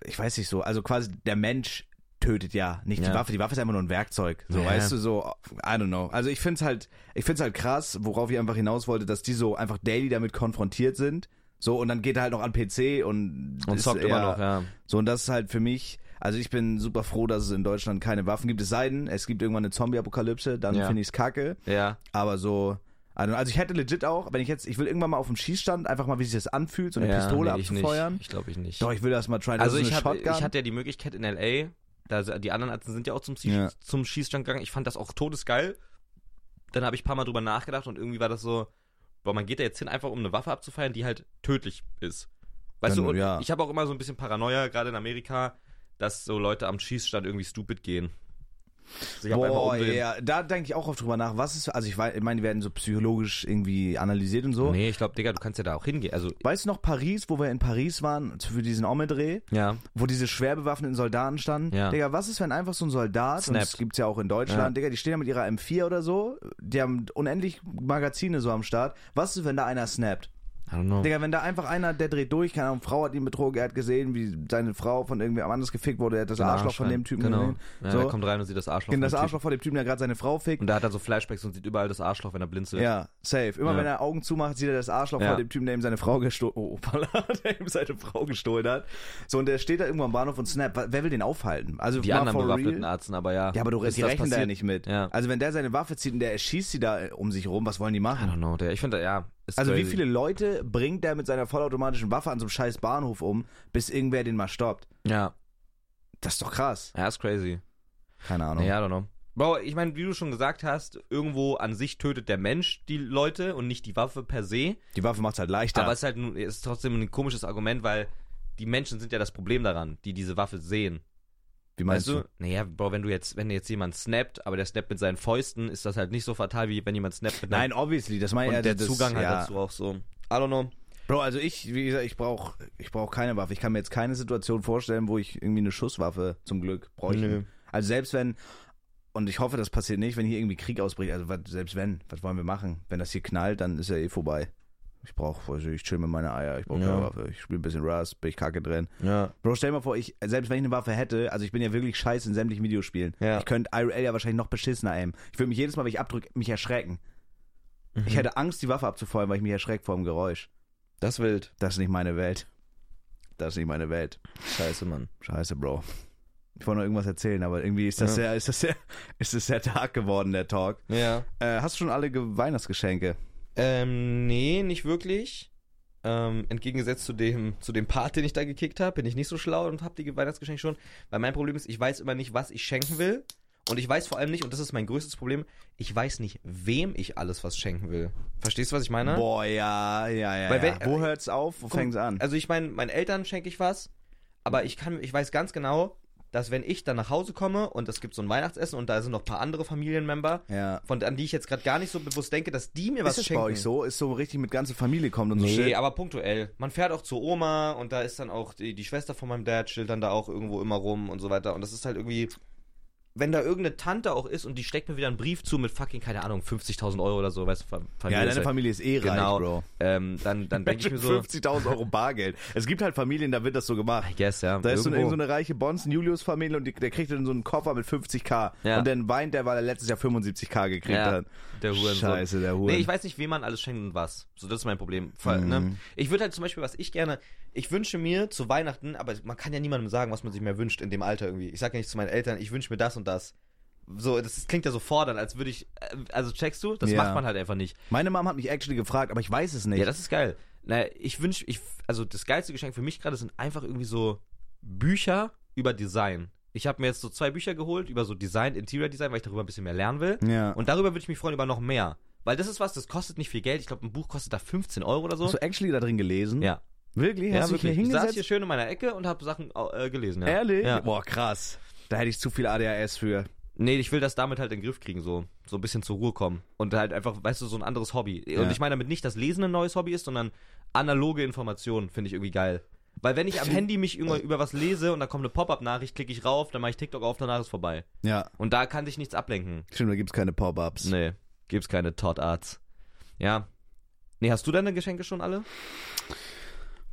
Speaker 1: ich weiß nicht so, also quasi der Mensch tötet ja nicht
Speaker 2: Ja.
Speaker 1: die Waffe, die Waffe ist einfach nur ein Werkzeug, so
Speaker 2: Ja.
Speaker 1: weißt du, so, I don't know. Also ich find's halt, ich find's halt krass, worauf ich einfach hinaus wollte, dass die so einfach daily damit konfrontiert sind, so und dann geht er halt noch an PC und,
Speaker 2: Und
Speaker 1: ist
Speaker 2: zockt
Speaker 1: eher-
Speaker 2: immer noch, ja.
Speaker 1: So und das ist halt für mich, also ich bin super froh, dass es in Deutschland keine Waffen gibt, es sei denn, es gibt irgendwann eine Zombie-Apokalypse, dann
Speaker 2: Ja.
Speaker 1: find ich's kacke,
Speaker 2: Ja.
Speaker 1: aber so. Also also ich hätte legit auch, wenn ich jetzt, ich will irgendwann mal auf dem Schießstand einfach mal, wie sich das anfühlt, so eine Pistole
Speaker 2: nee,
Speaker 1: abzufeuern.
Speaker 2: Ich, ich glaube ich nicht.
Speaker 1: Doch, ich will das mal tryen.
Speaker 2: also
Speaker 1: das ist
Speaker 2: ich,
Speaker 1: eine
Speaker 2: hab, ich
Speaker 1: Shotgun.
Speaker 2: hatte ja die Möglichkeit in L.A., da, die anderen Ärzte sind ja auch zum, Schieß,
Speaker 1: Ja.
Speaker 2: zum Schießstand gegangen. Ich fand das auch todesgeil. Dann habe ich ein paar Mal drüber nachgedacht und irgendwie war das so, boah, man geht da jetzt hin, einfach um eine Waffe abzufeiern, die halt tödlich ist. Weißt
Speaker 1: Dann,
Speaker 2: du, und
Speaker 1: ja.
Speaker 2: ich habe auch immer so ein bisschen Paranoia, gerade in Amerika, dass so Leute am Schießstand irgendwie stupid gehen. Also Sich auf einmal umdrehen.
Speaker 1: ja, da denke ich auch oft drüber nach, was ist, also ich, wei- ich meine, die werden so psychologisch irgendwie analysiert und so.
Speaker 2: Nee, ich glaube, Digga, du kannst ja da auch hingehen. Also,
Speaker 1: Weißt du noch Paris, wo wir in Paris waren für diesen Omme-Dreh?
Speaker 2: ja.
Speaker 1: Wo diese schwer bewaffneten Soldaten standen.
Speaker 2: Ja.
Speaker 1: Digga, was ist, wenn einfach so ein Soldat, und das
Speaker 2: Snapped.
Speaker 1: gibt's ja auch in Deutschland,
Speaker 2: Ja.
Speaker 1: Digga, die stehen ja mit ihrer M4 oder so, die haben unendlich Magazine so am Start. Was ist, wenn da einer snappt?
Speaker 2: I don't know.
Speaker 1: Digga, wenn da einfach einer, der dreht durch, keine Ahnung, Frau hat ihn betrogen, er hat gesehen, wie seine Frau von irgendwer anders gefickt wurde, er hat das
Speaker 2: Ein
Speaker 1: Arschloch von
Speaker 2: rein.
Speaker 1: dem Typen
Speaker 2: genau.
Speaker 1: gesehen.
Speaker 2: Ja,
Speaker 1: so.
Speaker 2: Der kommt rein und sieht das Arschloch.
Speaker 1: in
Speaker 2: von
Speaker 1: das
Speaker 2: dem Typen.
Speaker 1: Arschloch von dem Typen, der gerade seine Frau fickt.
Speaker 2: Und da hat er so Flashbacks und sieht überall das Arschloch, wenn er blinzelt.
Speaker 1: Ja, safe. Immer
Speaker 2: Ja.
Speaker 1: wenn er Augen zumacht, sieht er das Arschloch
Speaker 2: Ja.
Speaker 1: vor dem Typen, der ihm seine Frau gestohlen oh, hoppala, der ihm seine Frau gestohlen hat. So, und der steht da irgendwo am Bahnhof und snap. Wer will den aufhalten? Also
Speaker 2: Die
Speaker 1: mal
Speaker 2: anderen
Speaker 1: for
Speaker 2: bewaffneten
Speaker 1: real.
Speaker 2: Arzen, aber ja.
Speaker 1: Ja, aber du,
Speaker 2: Bis
Speaker 1: die
Speaker 2: das
Speaker 1: rechnen da ja
Speaker 2: passiert.
Speaker 1: nicht mit.
Speaker 2: Ja.
Speaker 1: Also wenn der seine Waffe zieht und der erschießt sie da um sich rum, was wollen die
Speaker 2: I
Speaker 1: machen?
Speaker 2: don't know, der. Ich finde, ja. Ist
Speaker 1: Also wie
Speaker 2: crazy.
Speaker 1: viele Leute bringt der mit seiner vollautomatischen Waffe an so einem scheiß Bahnhof um, bis irgendwer den mal stoppt?
Speaker 2: Ja.
Speaker 1: Das ist doch krass.
Speaker 2: Ja, ist crazy.
Speaker 1: Keine Ahnung.
Speaker 2: Ja, I don't know. Bro, ich meine, wie du schon gesagt hast, irgendwo an sich tötet der Mensch die Leute und nicht die Waffe per se.
Speaker 1: Die Waffe macht's halt leichter.
Speaker 2: Aber es ist halt nun- es ist trotzdem ein komisches Argument, weil die Menschen sind ja das Problem daran, die diese Waffe sehen.
Speaker 1: wie meinst
Speaker 2: weißt du? Naja, Bro, wenn du jetzt, wenn jetzt jemand snappt, aber der snappt mit seinen Fäusten, ist das halt nicht so fatal, wie wenn jemand snappt mit
Speaker 1: Nein,
Speaker 2: einer
Speaker 1: obviously, das meine
Speaker 2: und
Speaker 1: ich
Speaker 2: der
Speaker 1: das,
Speaker 2: Zugang halt
Speaker 1: ja.
Speaker 2: dazu auch so. I don't know.
Speaker 1: Bro, also ich, wie gesagt, ich brauche ich brauch keine Waffe. Ich kann mir jetzt keine Situation vorstellen, wo ich irgendwie eine Schusswaffe zum Glück bräuchte.
Speaker 2: Nö.
Speaker 1: Also selbst wenn, und ich hoffe, das passiert nicht, wenn hier irgendwie Krieg ausbricht, also was, selbst wenn, was wollen wir machen? Wenn das hier knallt, dann ist ja eh vorbei. Ich brauche, also ich chill mit meiner Eier, ich brauche keine
Speaker 2: Ja.
Speaker 1: Waffe, ich spiele ein bisschen Rust, bin ich kacke drin.
Speaker 2: Ja.
Speaker 1: Bro, stell dir mal vor, ich, selbst wenn ich eine Waffe hätte, also ich bin ja wirklich scheiße in sämtlichen Videospielen.
Speaker 2: Ja.
Speaker 1: Ich könnte IRL ja wahrscheinlich noch beschissener aimen. Ich würde mich jedes Mal, wenn ich abdrücke, mich erschrecken. Ich hätte Angst, die Waffe abzufeuern, weil ich mich erschrecke vor dem Geräusch. Mhm.
Speaker 2: Das wild.
Speaker 1: Das ist nicht meine Welt. Das ist nicht meine Welt.
Speaker 2: Scheiße, Mann.
Speaker 1: Scheiße, Bro. Ich wollte noch irgendwas erzählen, aber irgendwie ist das,
Speaker 2: Ja.
Speaker 1: sehr, ist, das sehr, ist das sehr dark geworden, der Talk.
Speaker 2: Ja.
Speaker 1: Äh, hast du schon alle Ge Weihnachtsgeschenke?
Speaker 2: Ähm, nee, nicht wirklich. Ähm, entgegengesetzt zu dem, zu dem Part, den ich da gekickt habe, bin ich nicht so schlau und habe die Weihnachtsgeschenke schon. Weil mein Problem ist, ich weiß immer nicht, was ich schenken will. Und ich weiß vor allem nicht, und das ist mein größtes Problem, ich weiß nicht, wem ich alles was schenken will. Verstehst du, was ich meine?
Speaker 1: Boah, ja, ja, ja.
Speaker 2: Weil
Speaker 1: ja.
Speaker 2: wenn-
Speaker 1: Wo hört's auf? Wo
Speaker 2: Guck,
Speaker 1: fängt's an?
Speaker 2: Also ich meine, meinen Eltern schenke ich was, aber ich kann, ich weiß ganz genau, dass wenn ich dann nach Hause komme und es gibt so ein Weihnachtsessen und da sind noch ein paar andere Familienmember,
Speaker 1: Ja.
Speaker 2: von an die ich jetzt gerade gar nicht so bewusst denke, dass die mir was
Speaker 1: Ist das
Speaker 2: schenken.
Speaker 1: bei euch so? Ist so richtig mit ganze Familie kommt und so
Speaker 2: Nee,
Speaker 1: shit?
Speaker 2: aber punktuell. Man fährt auch zur Oma und da ist dann auch die, die Schwester von meinem Dad, chillt dann da auch irgendwo immer rum und so weiter. Und das ist halt irgendwie, wenn da irgendeine Tante auch ist und die steckt mir wieder einen Brief zu mit fucking, keine Ahnung, 50.000 Euro oder so, weißt du, Fa- Familie
Speaker 1: ja,
Speaker 2: ist
Speaker 1: deine
Speaker 2: halt-
Speaker 1: Familie ist eh
Speaker 2: Genau.
Speaker 1: reich, Bro.
Speaker 2: Ähm, dann dann denke ich mir so,
Speaker 1: 50.000 Euro Bargeld. Es gibt halt Familien, da wird das so gemacht.
Speaker 2: yes, ja.
Speaker 1: Da ist so eine,
Speaker 2: irgendwo.
Speaker 1: irgend so eine reiche Bonzen-Julius-Familie und die, der kriegt dann so einen Koffer mit 50k.
Speaker 2: Ja.
Speaker 1: Und dann weint der, weil er letztes Jahr 75k gekriegt
Speaker 2: ja,
Speaker 1: hat.
Speaker 2: der Hurensohn.
Speaker 1: Scheiße, der Huren.
Speaker 2: Nee, ich weiß nicht, wem man alles schenkt und was. So, das ist mein Problem. Voll,
Speaker 1: Mhm.
Speaker 2: ne? Ich würde halt zum Beispiel, was ich gerne, ich wünsche mir zu Weihnachten, aber man kann ja niemandem sagen, was man sich mehr wünscht in dem Alter irgendwie. Ich sage ja nicht zu meinen Eltern, ich wünsche mir das und das. So, das klingt ja so fordernd, als würde ich, äh, also checkst du? Das
Speaker 1: Ja.
Speaker 2: macht man halt einfach nicht.
Speaker 1: Meine Mom hat mich actually gefragt, aber ich weiß es nicht.
Speaker 2: Ja, das ist geil. Naja, ich wünsche, ich, also das geilste Geschenk für mich gerade sind einfach irgendwie so Bücher über Design. Ich habe mir jetzt so zwei Bücher geholt über so Design, Interior Design, weil ich darüber ein bisschen mehr lernen will.
Speaker 1: ja.
Speaker 2: Und darüber würde ich mich freuen über noch mehr. Weil das ist was, das kostet nicht viel Geld. Ich glaube, ein Buch kostet da 15 Euro oder so.
Speaker 1: Hast du actually da drin gelesen?
Speaker 2: Ja.
Speaker 1: Wirklich?
Speaker 2: ja
Speaker 1: Hast du dich
Speaker 2: wirklich. Ich saß hier
Speaker 1: hingesetzt?
Speaker 2: schön in meiner Ecke und habe Sachen äh, gelesen. Ja.
Speaker 1: Ehrlich?
Speaker 2: Ja.
Speaker 1: Boah, krass. Da hätte ich zu viel ADHS für.
Speaker 2: Nee, ich will das damit halt in den Griff kriegen, so. So ein bisschen zur Ruhe kommen. Und halt einfach, weißt du, so ein anderes Hobby.
Speaker 1: Ja.
Speaker 2: Und ich meine damit nicht, dass Lesen ein neues Hobby ist, sondern analoge Informationen finde ich irgendwie geil. Weil wenn ich am Handy mich irgendwann über was lese und da kommt eine Pop-Up-Nachricht, klicke ich rauf, dann mache ich TikTok auf, danach ist vorbei.
Speaker 1: Ja.
Speaker 2: Und da kann dich nichts ablenken.
Speaker 1: Stimmt, da gibt's keine Pop-Ups.
Speaker 2: Nee, gibt's keine Todd Arts. Ja. Nee, hast du deine Geschenke schon alle?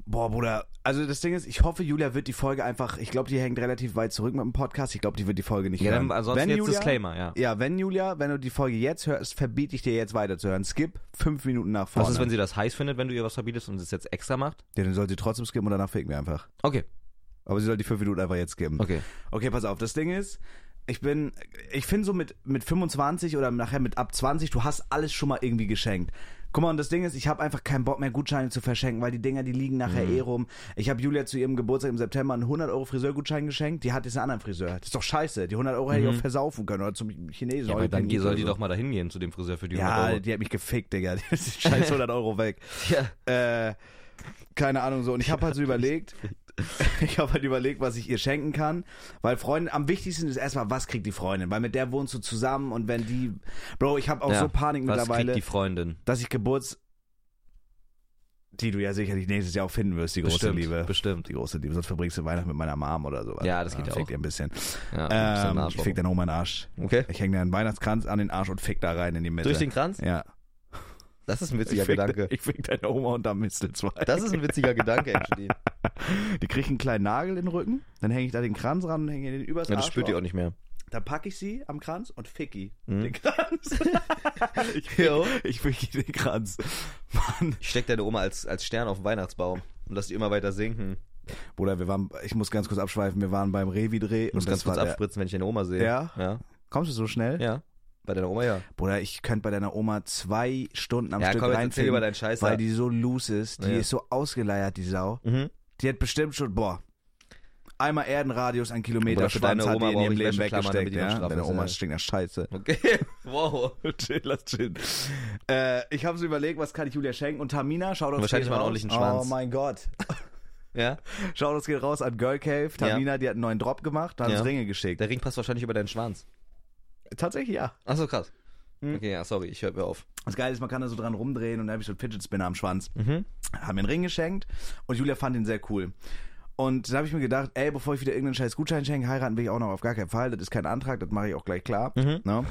Speaker 1: Boah, Bruder. Also das Ding ist, ich hoffe, Julia wird die Folge einfach, ich glaube, die hängt relativ weit zurück mit dem Podcast. Ich glaube, die wird die Folge nicht
Speaker 2: Ja,
Speaker 1: hören.
Speaker 2: dann ansonsten
Speaker 1: Wenn
Speaker 2: jetzt
Speaker 1: Julia,
Speaker 2: Disclaimer, ja.
Speaker 1: Ja, wenn Julia, wenn du die Folge jetzt hörst, verbiete ich dir jetzt weiterzuhören. Skip fünf Minuten nach vorne.
Speaker 2: Was ist, wenn sie das heiß findet, wenn du ihr was verbietest und es jetzt extra macht?
Speaker 1: ja, dann soll sie trotzdem skippen und danach ficken wir einfach.
Speaker 2: Okay,
Speaker 1: Aber sie soll die fünf Minuten einfach jetzt skippen.
Speaker 2: okay.
Speaker 1: Okay, pass auf, das Ding ist, ich bin, ich finde so mit, mit 25 oder nachher mit ab 20, du hast alles schon mal irgendwie geschenkt. Guck mal, und das Ding ist, ich habe einfach keinen Bock mehr, Gutscheine zu verschenken, weil die Dinger, die liegen nachher
Speaker 2: Mhm.
Speaker 1: eh rum. Ich habe Julia zu ihrem Geburtstag im September einen 100-Euro-Friseurgutschein geschenkt, die hat jetzt einen anderen Friseur. Das ist doch scheiße, die 100 Euro hätte ich auch versaufen können oder zum Chinesen.
Speaker 2: Mhm. Ja,
Speaker 1: oder
Speaker 2: aber dann
Speaker 1: Pinguin
Speaker 2: soll
Speaker 1: oder
Speaker 2: die
Speaker 1: so.
Speaker 2: doch mal da hingehen zu dem Friseur für die 100
Speaker 1: also Ja,
Speaker 2: Euro.
Speaker 1: die hat mich gefickt, Digga. Die ist die scheiß 100 Euro weg.
Speaker 2: Ja.
Speaker 1: Äh, keine Ahnung so. Und ich habe halt so überlegt, Ich habe halt überlegt, was ich ihr schenken kann. Weil Freundin, am wichtigsten ist erstmal, was kriegt die Freundin? Weil mit der wohnst du zusammen und wenn die. Bro, ich habe auch
Speaker 2: Ja.
Speaker 1: so Panik
Speaker 2: Was kriegt
Speaker 1: mittlerweile,
Speaker 2: die Freundin?
Speaker 1: dass ich Geburts. Die du ja sicherlich nächstes Jahr auch finden wirst, die große
Speaker 2: bestimmt,
Speaker 1: Liebe.
Speaker 2: Bestimmt.
Speaker 1: Die große Liebe, sonst verbringst du Weihnachten mit meiner Mom oder sowas.
Speaker 2: Ja, das geht ja
Speaker 1: fick
Speaker 2: auch.
Speaker 1: Ihr ein bisschen.
Speaker 2: Ja,
Speaker 1: Ähm, ich fick dann auch meinen Arsch.
Speaker 2: okay.
Speaker 1: Ich hänge dir einen Weihnachtskranz an den Arsch und fick da rein in die Mitte.
Speaker 2: Durch den Kranz?
Speaker 1: ja.
Speaker 2: Das ist ein
Speaker 1: Ich
Speaker 2: witziger
Speaker 1: fick,
Speaker 2: Gedanke.
Speaker 1: ich fick deine Oma unter Mistelzweig.
Speaker 2: Das ist ein witziger Gedanke, Angeline.
Speaker 1: Die kriegt einen kleinen Nagel in den Rücken, dann hänge ich da den Kranz ran und hänge den übers
Speaker 2: Ja, das
Speaker 1: Arschloch.
Speaker 2: spürt ihr auch nicht mehr.
Speaker 1: Dann packe ich sie am Kranz und fick ich
Speaker 2: Mhm.
Speaker 1: den Kranz. ich fick,
Speaker 2: Jo.
Speaker 1: ich fick den Kranz. Mann.
Speaker 2: Ich steck deine Oma als, als Stern auf den Weihnachtsbaum und lass die immer weiter sinken.
Speaker 1: Bruder, wir waren, ich muss ganz kurz abschweifen, wir waren beim Revi-Dreh.
Speaker 2: Ich muss
Speaker 1: und
Speaker 2: ganz
Speaker 1: das
Speaker 2: kurz
Speaker 1: war der-
Speaker 2: abspritzen, wenn ich deine Oma sehe.
Speaker 1: Ja?
Speaker 2: Ja.
Speaker 1: Kommst du so schnell?
Speaker 2: ja. Bei deiner Oma, ja.
Speaker 1: Bruder, ich könnte bei deiner Oma zwei Stunden am
Speaker 2: ja,
Speaker 1: Stück
Speaker 2: komm, jetzt erzähl
Speaker 1: reinfinden,
Speaker 2: über deinen Scheiß.
Speaker 1: weil
Speaker 2: da.
Speaker 1: die so loose ist. Die
Speaker 2: Ja.
Speaker 1: ist so ausgeleiert, die Sau.
Speaker 2: mhm.
Speaker 1: Die hat bestimmt schon, boah, einmal Erdenradius, ein Kilometer
Speaker 2: Bruder, für
Speaker 1: Schwanz
Speaker 2: deine
Speaker 1: hat
Speaker 2: Oma
Speaker 1: die in
Speaker 2: brauche
Speaker 1: ihrem
Speaker 2: ich
Speaker 1: Leben
Speaker 2: Wäscheklammern, damit
Speaker 1: weggesteckt.
Speaker 2: die noch
Speaker 1: Ja?
Speaker 2: straff
Speaker 1: Deine
Speaker 2: ist,
Speaker 1: Oma
Speaker 2: ja.
Speaker 1: stinkt nach Scheiße.
Speaker 2: Okay. Wow.
Speaker 1: chill, lass chillen. Äh, ich habe so überlegt, was kann ich Julia schenken? Und Tamina, Shoutouts
Speaker 2: Wahrscheinlich
Speaker 1: geht
Speaker 2: mal einen
Speaker 1: raus.
Speaker 2: ordentlichen Schwanz.
Speaker 1: Oh mein Gott.
Speaker 2: Ja.
Speaker 1: Shoutouts geht raus an Girl Cave. Tamina, die hat einen neuen Drop gemacht, da hat
Speaker 2: Ja.
Speaker 1: uns Ringe geschickt.
Speaker 2: Der Ring passt wahrscheinlich über deinen Schwanz.
Speaker 1: Tatsächlich, ja.
Speaker 2: Achso, krass.
Speaker 1: Hm.
Speaker 2: Okay, ja, sorry, ich höre mir auf.
Speaker 1: Das Geile ist, man kann da so dran rumdrehen und dann habe ich so einen Fidget Spinner am Schwanz.
Speaker 2: Mhm.
Speaker 1: Haben mir einen Ring geschenkt und Julia fand ihn sehr cool. Und dann habe ich mir gedacht, ey, bevor ich wieder irgendeinen scheiß Gutschein schenke, heiraten will ich auch noch auf gar keinen Fall. Das ist kein Antrag, das mache ich auch gleich klar.
Speaker 2: Mhm.
Speaker 1: Ne?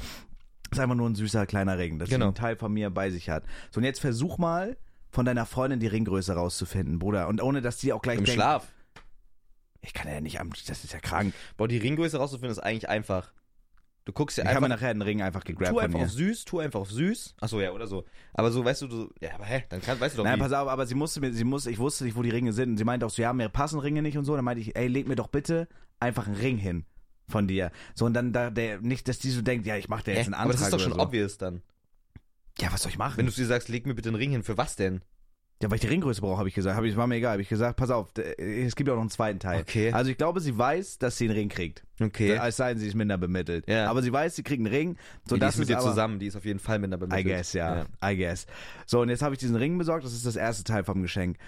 Speaker 1: Ist einfach nur ein süßer kleiner Ring, dass
Speaker 2: Genau.
Speaker 1: sie einen Teil von mir bei sich hat. So, und jetzt versuch mal, von deiner Freundin die Ringgröße rauszufinden, Bruder. Und ohne, dass die auch gleich
Speaker 2: Im
Speaker 1: denkt,
Speaker 2: Schlaf.
Speaker 1: ich kann ja nicht, am- das ist ja krank.
Speaker 2: Boah, die Ringgröße rauszufinden ist eigentlich einfach. Du guckst ja
Speaker 1: Ich habe mir
Speaker 2: einfach.
Speaker 1: nachher einen Ring einfach gegrabt
Speaker 2: Tu
Speaker 1: von
Speaker 2: einfach
Speaker 1: ihr.
Speaker 2: auf süß, tu einfach auf süß. Achso, ja, oder so. Aber so, weißt du, du. Ja, aber hä? Dann kann, weißt du doch
Speaker 1: Nein,
Speaker 2: wie.
Speaker 1: pass auf, aber sie musste mir, sie musste, ich wusste nicht, wo die Ringe sind. Und sie meinte auch so, ja, mir passen Ringe nicht und so. Dann meinte ich, ey, leg mir doch bitte einfach einen Ring hin von dir. So, und dann da der, nicht, dass die so denkt, ja, ich mache dir
Speaker 2: Hä?
Speaker 1: jetzt einen
Speaker 2: aber
Speaker 1: Antrag
Speaker 2: das ist doch schon
Speaker 1: oder so.
Speaker 2: obvious dann.
Speaker 1: Ja, was soll ich machen?
Speaker 2: Wenn du zu dir sagst, leg mir bitte einen Ring hin, für was denn?
Speaker 1: ja, weil ich die Ringgröße brauche, habe ich gesagt. Hab ich, war mir egal. Habe ich gesagt, pass auf, d- es gibt ja auch noch einen zweiten Teil.
Speaker 2: Okay.
Speaker 1: Also ich glaube, sie weiß, dass sie einen Ring kriegt. Äh,
Speaker 2: Okay.
Speaker 1: Als seien sie ist minder bemittelt.
Speaker 2: Ja.
Speaker 1: Aber sie weiß, sie kriegt einen Ring. So,
Speaker 2: die
Speaker 1: das
Speaker 2: ist mit
Speaker 1: ist
Speaker 2: dir
Speaker 1: aber,
Speaker 2: zusammen, die ist auf jeden Fall mit einer
Speaker 1: I
Speaker 2: bemittelt.
Speaker 1: guess, ja. I guess. So, und jetzt habe ich diesen Ring besorgt, das ist das erste Teil vom Geschenk.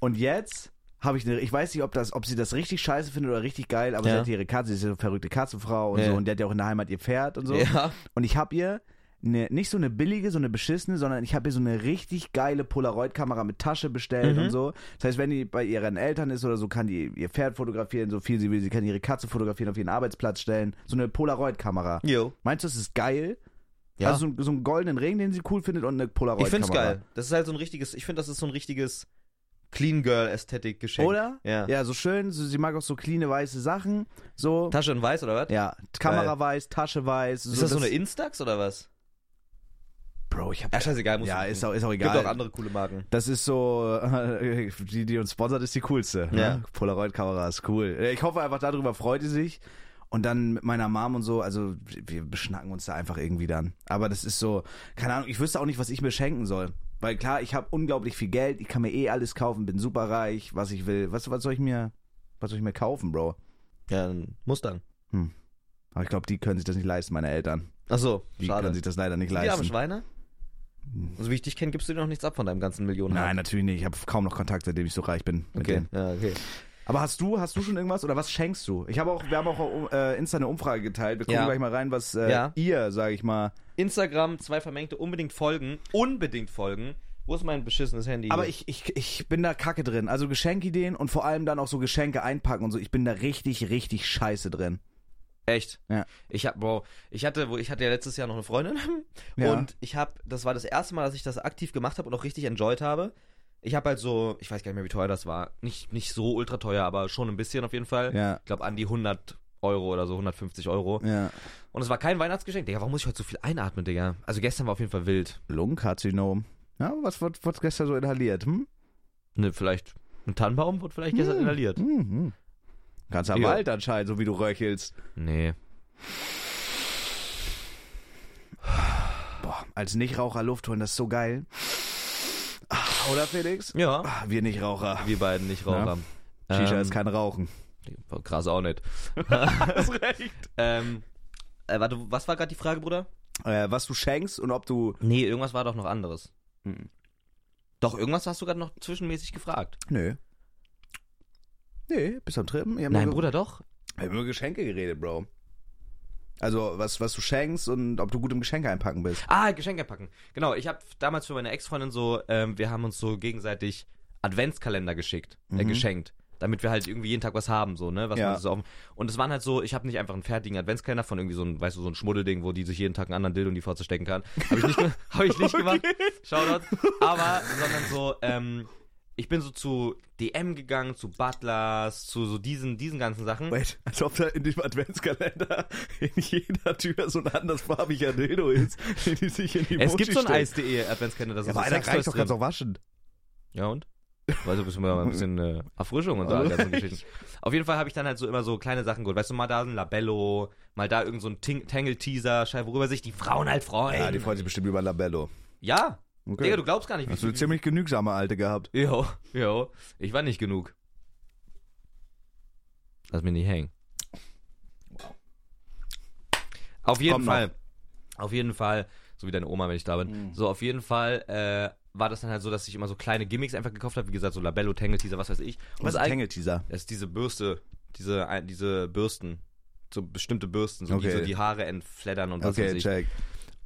Speaker 1: Und jetzt habe ich eine, ich weiß nicht, ob, das, ob sie das richtig scheiße findet oder richtig geil, aber
Speaker 2: Ja.
Speaker 1: sie hat ihre Katze, sie ist ja eine verrückte Katzenfrau und
Speaker 2: Ja.
Speaker 1: so, und die hat ja auch in der Heimat ihr Pferd und so.
Speaker 2: Ja.
Speaker 1: Und ich habe ihr eine, nicht so eine billige, so eine beschissene, sondern ich habe ihr so eine richtig geile Polaroid-Kamera mit Tasche bestellt
Speaker 2: Mhm.
Speaker 1: und so. Das heißt, wenn die bei ihren Eltern ist oder so, kann die ihr Pferd fotografieren, so viel sie will, sie kann ihre Katze fotografieren, auf ihren Arbeitsplatz stellen. So eine Polaroid-Kamera.
Speaker 2: Jo.
Speaker 1: Meinst du, das ist geil?
Speaker 2: Ja.
Speaker 1: Also so, ein- so einen goldenen Ring, den sie cool findet und eine Polaroid.
Speaker 2: ich find's geil. Das ist halt so ein richtiges, ich find, das ist so ein richtiges Clean Girl Ästhetik Geschenk.
Speaker 1: Oder?
Speaker 2: Ja.
Speaker 1: Ja, so schön. So, sie mag auch so cleane weiße Sachen. So.
Speaker 2: Tasche in weiß oder was?
Speaker 1: ja, Kamera weiß, Tasche weiß.
Speaker 2: Ist das so eine E- Instax oder was?
Speaker 1: Bro, ich hab.
Speaker 2: Ja, scheißegal, muss
Speaker 1: Ja,
Speaker 2: ich
Speaker 1: ist
Speaker 2: gucken.
Speaker 1: auch, ist auch
Speaker 2: Gibt auch
Speaker 1: egal.
Speaker 2: andere coole Marken.
Speaker 1: Das ist so, äh, die, die uns sponsert, ist die coolste.
Speaker 2: Ja.
Speaker 1: Ne? Polaroid-Kamera ist cool. Ich hoffe einfach, darüber freut sie sich. Und dann mit meiner Mom und so, also wir beschnacken uns da einfach irgendwie dann. Aber das ist so, keine Ahnung, ich wüsste auch nicht, was ich mir schenken soll. Weil klar, ich habe unglaublich viel Geld, ich kann mir eh alles kaufen, bin super reich, was ich will. Was, was soll ich mir, was soll ich mir kaufen, Bro?
Speaker 2: Ja, ein Mustang.
Speaker 1: Aber ich glaube, die können sich das nicht leisten, meine Eltern.
Speaker 2: Achso,
Speaker 1: Die
Speaker 2: schade.
Speaker 1: können sich das leider nicht
Speaker 2: Die haben
Speaker 1: leisten.
Speaker 2: Schweine? Also wie ich dich kenne, gibst du dir noch nichts ab von deinem ganzen Millionen.
Speaker 1: Nein, natürlich nicht. Ich habe kaum noch Kontakt, seitdem ich so reich bin. Mit
Speaker 2: Okay.
Speaker 1: denen.
Speaker 2: Ja, okay.
Speaker 1: Aber hast du, hast du schon irgendwas oder was schenkst du? Ich habe auch, wir haben auch auf äh, Insta eine Umfrage geteilt. Wir gucken
Speaker 2: Ja.
Speaker 1: gleich mal rein, was äh,
Speaker 2: Ja.
Speaker 1: ihr, sage ich mal.
Speaker 2: Instagram, zwei vermengte, unbedingt folgen. Unbedingt folgen. Wo ist mein beschissenes Handy?
Speaker 1: Aber
Speaker 2: hier?
Speaker 1: ich, ich, ich bin da kacke drin. Also Geschenkideen und vor allem dann auch so Geschenke einpacken und so. Ich bin da richtig, richtig scheiße drin.
Speaker 2: Echt?
Speaker 1: Ja.
Speaker 2: Ich hab, Bro, ich hatte, wo ich hatte ja letztes Jahr noch eine Freundin
Speaker 1: Ja.
Speaker 2: und ich habe, das war das erste Mal, dass ich das aktiv gemacht habe und auch richtig enjoyed habe. Ich habe halt so, ich weiß gar nicht mehr, wie teuer das war. Nicht, nicht so ultra teuer, aber schon ein bisschen auf jeden Fall.
Speaker 1: Ja.
Speaker 2: Ich glaube an die 100 Euro oder so, 150 Euro.
Speaker 1: Ja.
Speaker 2: Und es war kein Weihnachtsgeschenk. Digga, warum muss ich heute so viel einatmen, Digga? Also gestern war auf jeden Fall wild.
Speaker 1: Lungenkarzinom. Ja, was wird, wird gestern so inhaliert? Hm?
Speaker 2: Ne, vielleicht ein Tannenbaum wurde vielleicht gestern inhaliert.
Speaker 1: Mhm. Ganz am
Speaker 2: Ja.
Speaker 1: Wald anscheinend, so wie du röchelst.
Speaker 2: Nee.
Speaker 1: Boah, als Nichtraucher Luft holen, das ist so geil. Ah, Oder Felix?
Speaker 2: Ja.
Speaker 1: Ah, Wir Nichtraucher.
Speaker 2: Wir beiden nicht Raucher.
Speaker 1: Shisha
Speaker 2: Ähm,
Speaker 1: ist kein Rauchen.
Speaker 2: Krass auch nicht.
Speaker 1: Das recht.
Speaker 2: Ähm, äh, warte, was war gerade die Frage, Bruder?
Speaker 1: Äh, was du schenkst und ob du
Speaker 2: Nee, irgendwas war doch noch anderes.
Speaker 1: Mhm.
Speaker 2: Doch, irgendwas hast du gerade noch zwischenmäßig gefragt.
Speaker 1: Nö. Nee, bis am Treppen. Wir haben
Speaker 2: Nein,
Speaker 1: über-
Speaker 2: Bruder, doch.
Speaker 1: Wir haben über Geschenke geredet, Bro. Also, was, was du schenkst und ob du gut im Geschenk einpacken bist.
Speaker 2: Ah, Geschenke packen. Genau, ich habe damals für meine Ex-Freundin so, ähm, wir haben uns so gegenseitig Adventskalender geschickt, äh, geschenkt. Damit wir halt irgendwie jeden Tag was haben, so, ne? Was
Speaker 1: Mhm. Ja.
Speaker 2: man so auf, und es waren halt so, ich habe nicht einfach einen fertigen Adventskalender von irgendwie so einem, weißt du, so ein Schmuddelding, wo die sich jeden Tag einen anderen Dildo in die Fotze stecken kann. Habe ich nicht, ge- hab ich nicht gemacht. Shoutout. Aber, sondern so, ähm, ich bin so zu DM gegangen, zu Butlers, zu so diesen, diesen ganzen Sachen.
Speaker 1: Wait, als ob da in dem Adventskalender in jeder Tür so ein andersfarbiger Dildo ist, den die sich in die
Speaker 2: Es
Speaker 1: Muschi
Speaker 2: gibt so ein
Speaker 1: stellen.
Speaker 2: Eis.de E Adventskalender, das
Speaker 1: Ja,
Speaker 2: ist so
Speaker 1: aber einer
Speaker 2: Sextoys
Speaker 1: reicht doch,
Speaker 2: drin.
Speaker 1: kannst auch waschen.
Speaker 2: Ja und? Weißt du, bisschen, mal ein bisschen äh, Erfrischung und so
Speaker 1: Also
Speaker 2: alle ganzen Geschichten. Auf jeden Fall habe ich dann halt so immer so kleine Sachen geholt. Weißt du, mal da so ein Labello, mal da irgend so ein Ting- Tangle-Teaser, Scheiß, worüber sich die Frauen halt freuen.
Speaker 1: Ja, die freut sich bestimmt über Labello.
Speaker 2: Ja.
Speaker 1: Okay.
Speaker 2: Digga, du glaubst gar nicht,
Speaker 1: Hast du eine
Speaker 2: viel-
Speaker 1: ziemlich genügsame Alte gehabt.
Speaker 2: Jo, jo. Ich war nicht genug. Lass mich nicht hängen. Auf jeden
Speaker 1: Komm noch.
Speaker 2: Fall. Auf jeden Fall. So wie deine Oma, wenn ich da bin.
Speaker 1: Mhm.
Speaker 2: So, auf jeden Fall äh, war das dann halt so, dass ich immer so kleine Gimmicks einfach gekauft habe. Wie gesagt, so Labello, Tangle Teaser, was weiß ich. Und das
Speaker 1: Was ist
Speaker 2: eig-
Speaker 1: Also Tangle-Teaser?
Speaker 2: das ist diese Bürste, diese, ein- diese Bürsten. So bestimmte Bürsten, so, die,
Speaker 1: Okay.
Speaker 2: so die Haare entfleddern und was weiß
Speaker 1: Okay,
Speaker 2: ich.
Speaker 1: check.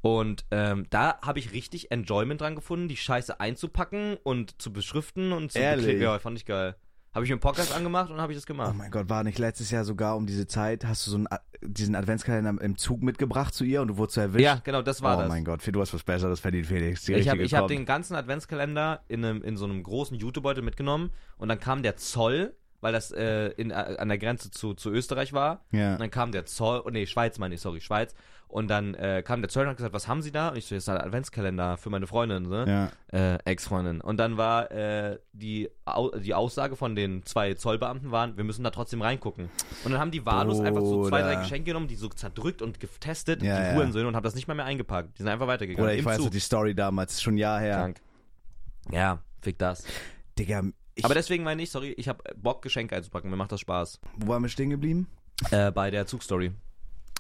Speaker 2: Und ähm, da habe ich richtig Enjoyment dran gefunden, die Scheiße einzupacken und zu beschriften und zu
Speaker 1: Ehrlich?
Speaker 2: bekleben. Ja, fand ich geil. Habe ich mir einen Podcast angemacht und habe ich das
Speaker 1: Oh
Speaker 2: gemacht.
Speaker 1: mein Gott, war nicht letztes Jahr sogar um diese Zeit, hast du so einen, A- diesen Adventskalender im Zug mitgebracht zu ihr und du wurdest so erwischt?
Speaker 2: ja, genau, das war
Speaker 1: oh
Speaker 2: das.
Speaker 1: mein Gott, du hast was Besseres verdient, Felix. Die
Speaker 2: ich habe
Speaker 1: richtige
Speaker 2: hab
Speaker 1: kommt.
Speaker 2: den ganzen Adventskalender in, einem, in so einem großen Jutebeutel mitgenommen und dann kam der Zoll, weil das äh, in, äh, an der Grenze zu, zu Österreich war.
Speaker 1: Ja.
Speaker 2: Und dann kam der Zoll, oh nee, Schweiz meine ich, sorry, Schweiz. Und dann äh, kam der Zoll und hat gesagt, was haben Sie da? Und ich so, das ist ein Adventskalender für meine Freundin, ne?
Speaker 1: Ja.
Speaker 2: äh, Ex-Freundin. Und dann war äh, die, Au die Aussage von den zwei Zollbeamten waren, wir müssen da trotzdem reingucken. Und dann haben die wahllos einfach so zwei,
Speaker 1: Bruder.
Speaker 2: drei Geschenke genommen, die so zerdrückt und getestet,
Speaker 1: Ja,
Speaker 2: die
Speaker 1: ja.
Speaker 2: Huren sind und haben das nicht mal mehr eingepackt. Die sind einfach weitergegangen.
Speaker 1: Oder ich
Speaker 2: Im
Speaker 1: weiß noch
Speaker 2: Zug.
Speaker 1: die Story damals, ist schon ein Jahr her.
Speaker 2: Krank. Ja, fick das.
Speaker 1: Digga, ich,
Speaker 2: Aber deswegen meine ich, sorry, ich habe Bock, Geschenke einzupacken. Mir macht das Spaß.
Speaker 1: wo waren wir stehen geblieben?
Speaker 2: Äh, bei der Zugstory.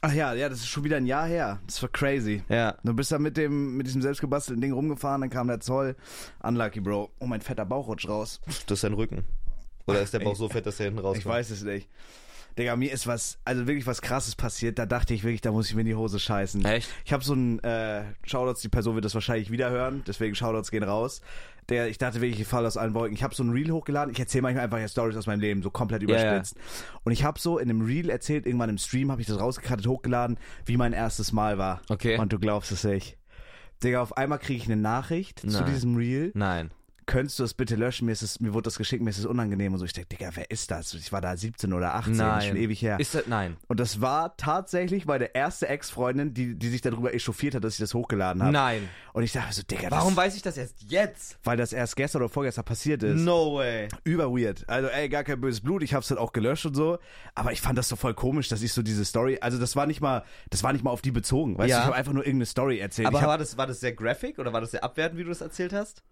Speaker 1: Ach ja, ja, das ist schon wieder ein Jahr her. Das war crazy.
Speaker 2: Ja.
Speaker 1: Du bist da mit dem mit diesem selbstgebastelten Ding rumgefahren, dann kam der Zoll. Unlucky, Bro. Oh, mein fetter Bauch rutscht raus.
Speaker 2: Das ist dein Rücken. Oder ist der Bauch so fett, dass der hinten rauskommt?
Speaker 1: Ich weiß es nicht. Digga, mir ist was, also wirklich was krasses passiert. Da dachte ich wirklich, da muss ich mir in die Hose scheißen.
Speaker 2: Echt?
Speaker 1: Ich habe so einen äh, Shoutouts, die Person wird das wahrscheinlich wieder hören, deswegen Shoutouts gehen raus. Der, ich dachte wirklich, ich falle aus allen Wolken. Ich habe so ein Reel hochgeladen. Ich erzähle manchmal einfach ja Stories aus meinem Leben, so komplett
Speaker 2: Ja, ja.
Speaker 1: überspitzt. Und ich habe so in einem Reel erzählt, irgendwann im Stream habe ich das rausgekattet, hochgeladen, wie mein erstes Mal war.
Speaker 2: Okay.
Speaker 1: Und du glaubst es nicht. Digga, auf einmal kriege ich eine Nachricht zu
Speaker 2: Nein.
Speaker 1: diesem Reel
Speaker 2: Nein.
Speaker 1: könntest du das bitte löschen? Mir, ist es, mir wurde das geschickt, mir ist es unangenehm. Und so, ich denke, Digga, wer ist das? Ich war da 17 oder 18, das ist
Speaker 2: Nein.
Speaker 1: schon ewig her.
Speaker 2: Ist das, nein.
Speaker 1: und das war tatsächlich meine erste Ex-Freundin, die, die sich darüber echauffiert hat, dass ich das hochgeladen habe.
Speaker 2: Nein.
Speaker 1: Und ich dachte so, Digga,
Speaker 2: Warum
Speaker 1: das,
Speaker 2: weiß ich das erst jetzt?
Speaker 1: weil das erst gestern oder vorgestern passiert ist.
Speaker 2: No way.
Speaker 1: Überweird. Also, ey, gar kein böses Blut. Ich hab's dann auch gelöscht und so. Aber ich fand das so voll komisch, dass ich so diese Story, also das war nicht mal, das war nicht mal auf die bezogen. Weißt
Speaker 2: Ja.
Speaker 1: du, ich habe einfach nur irgendeine Story erzählt.
Speaker 2: Aber
Speaker 1: ich hab,
Speaker 2: war, das, war das sehr graphic oder war das sehr abwertend, wie du das erzählt hast?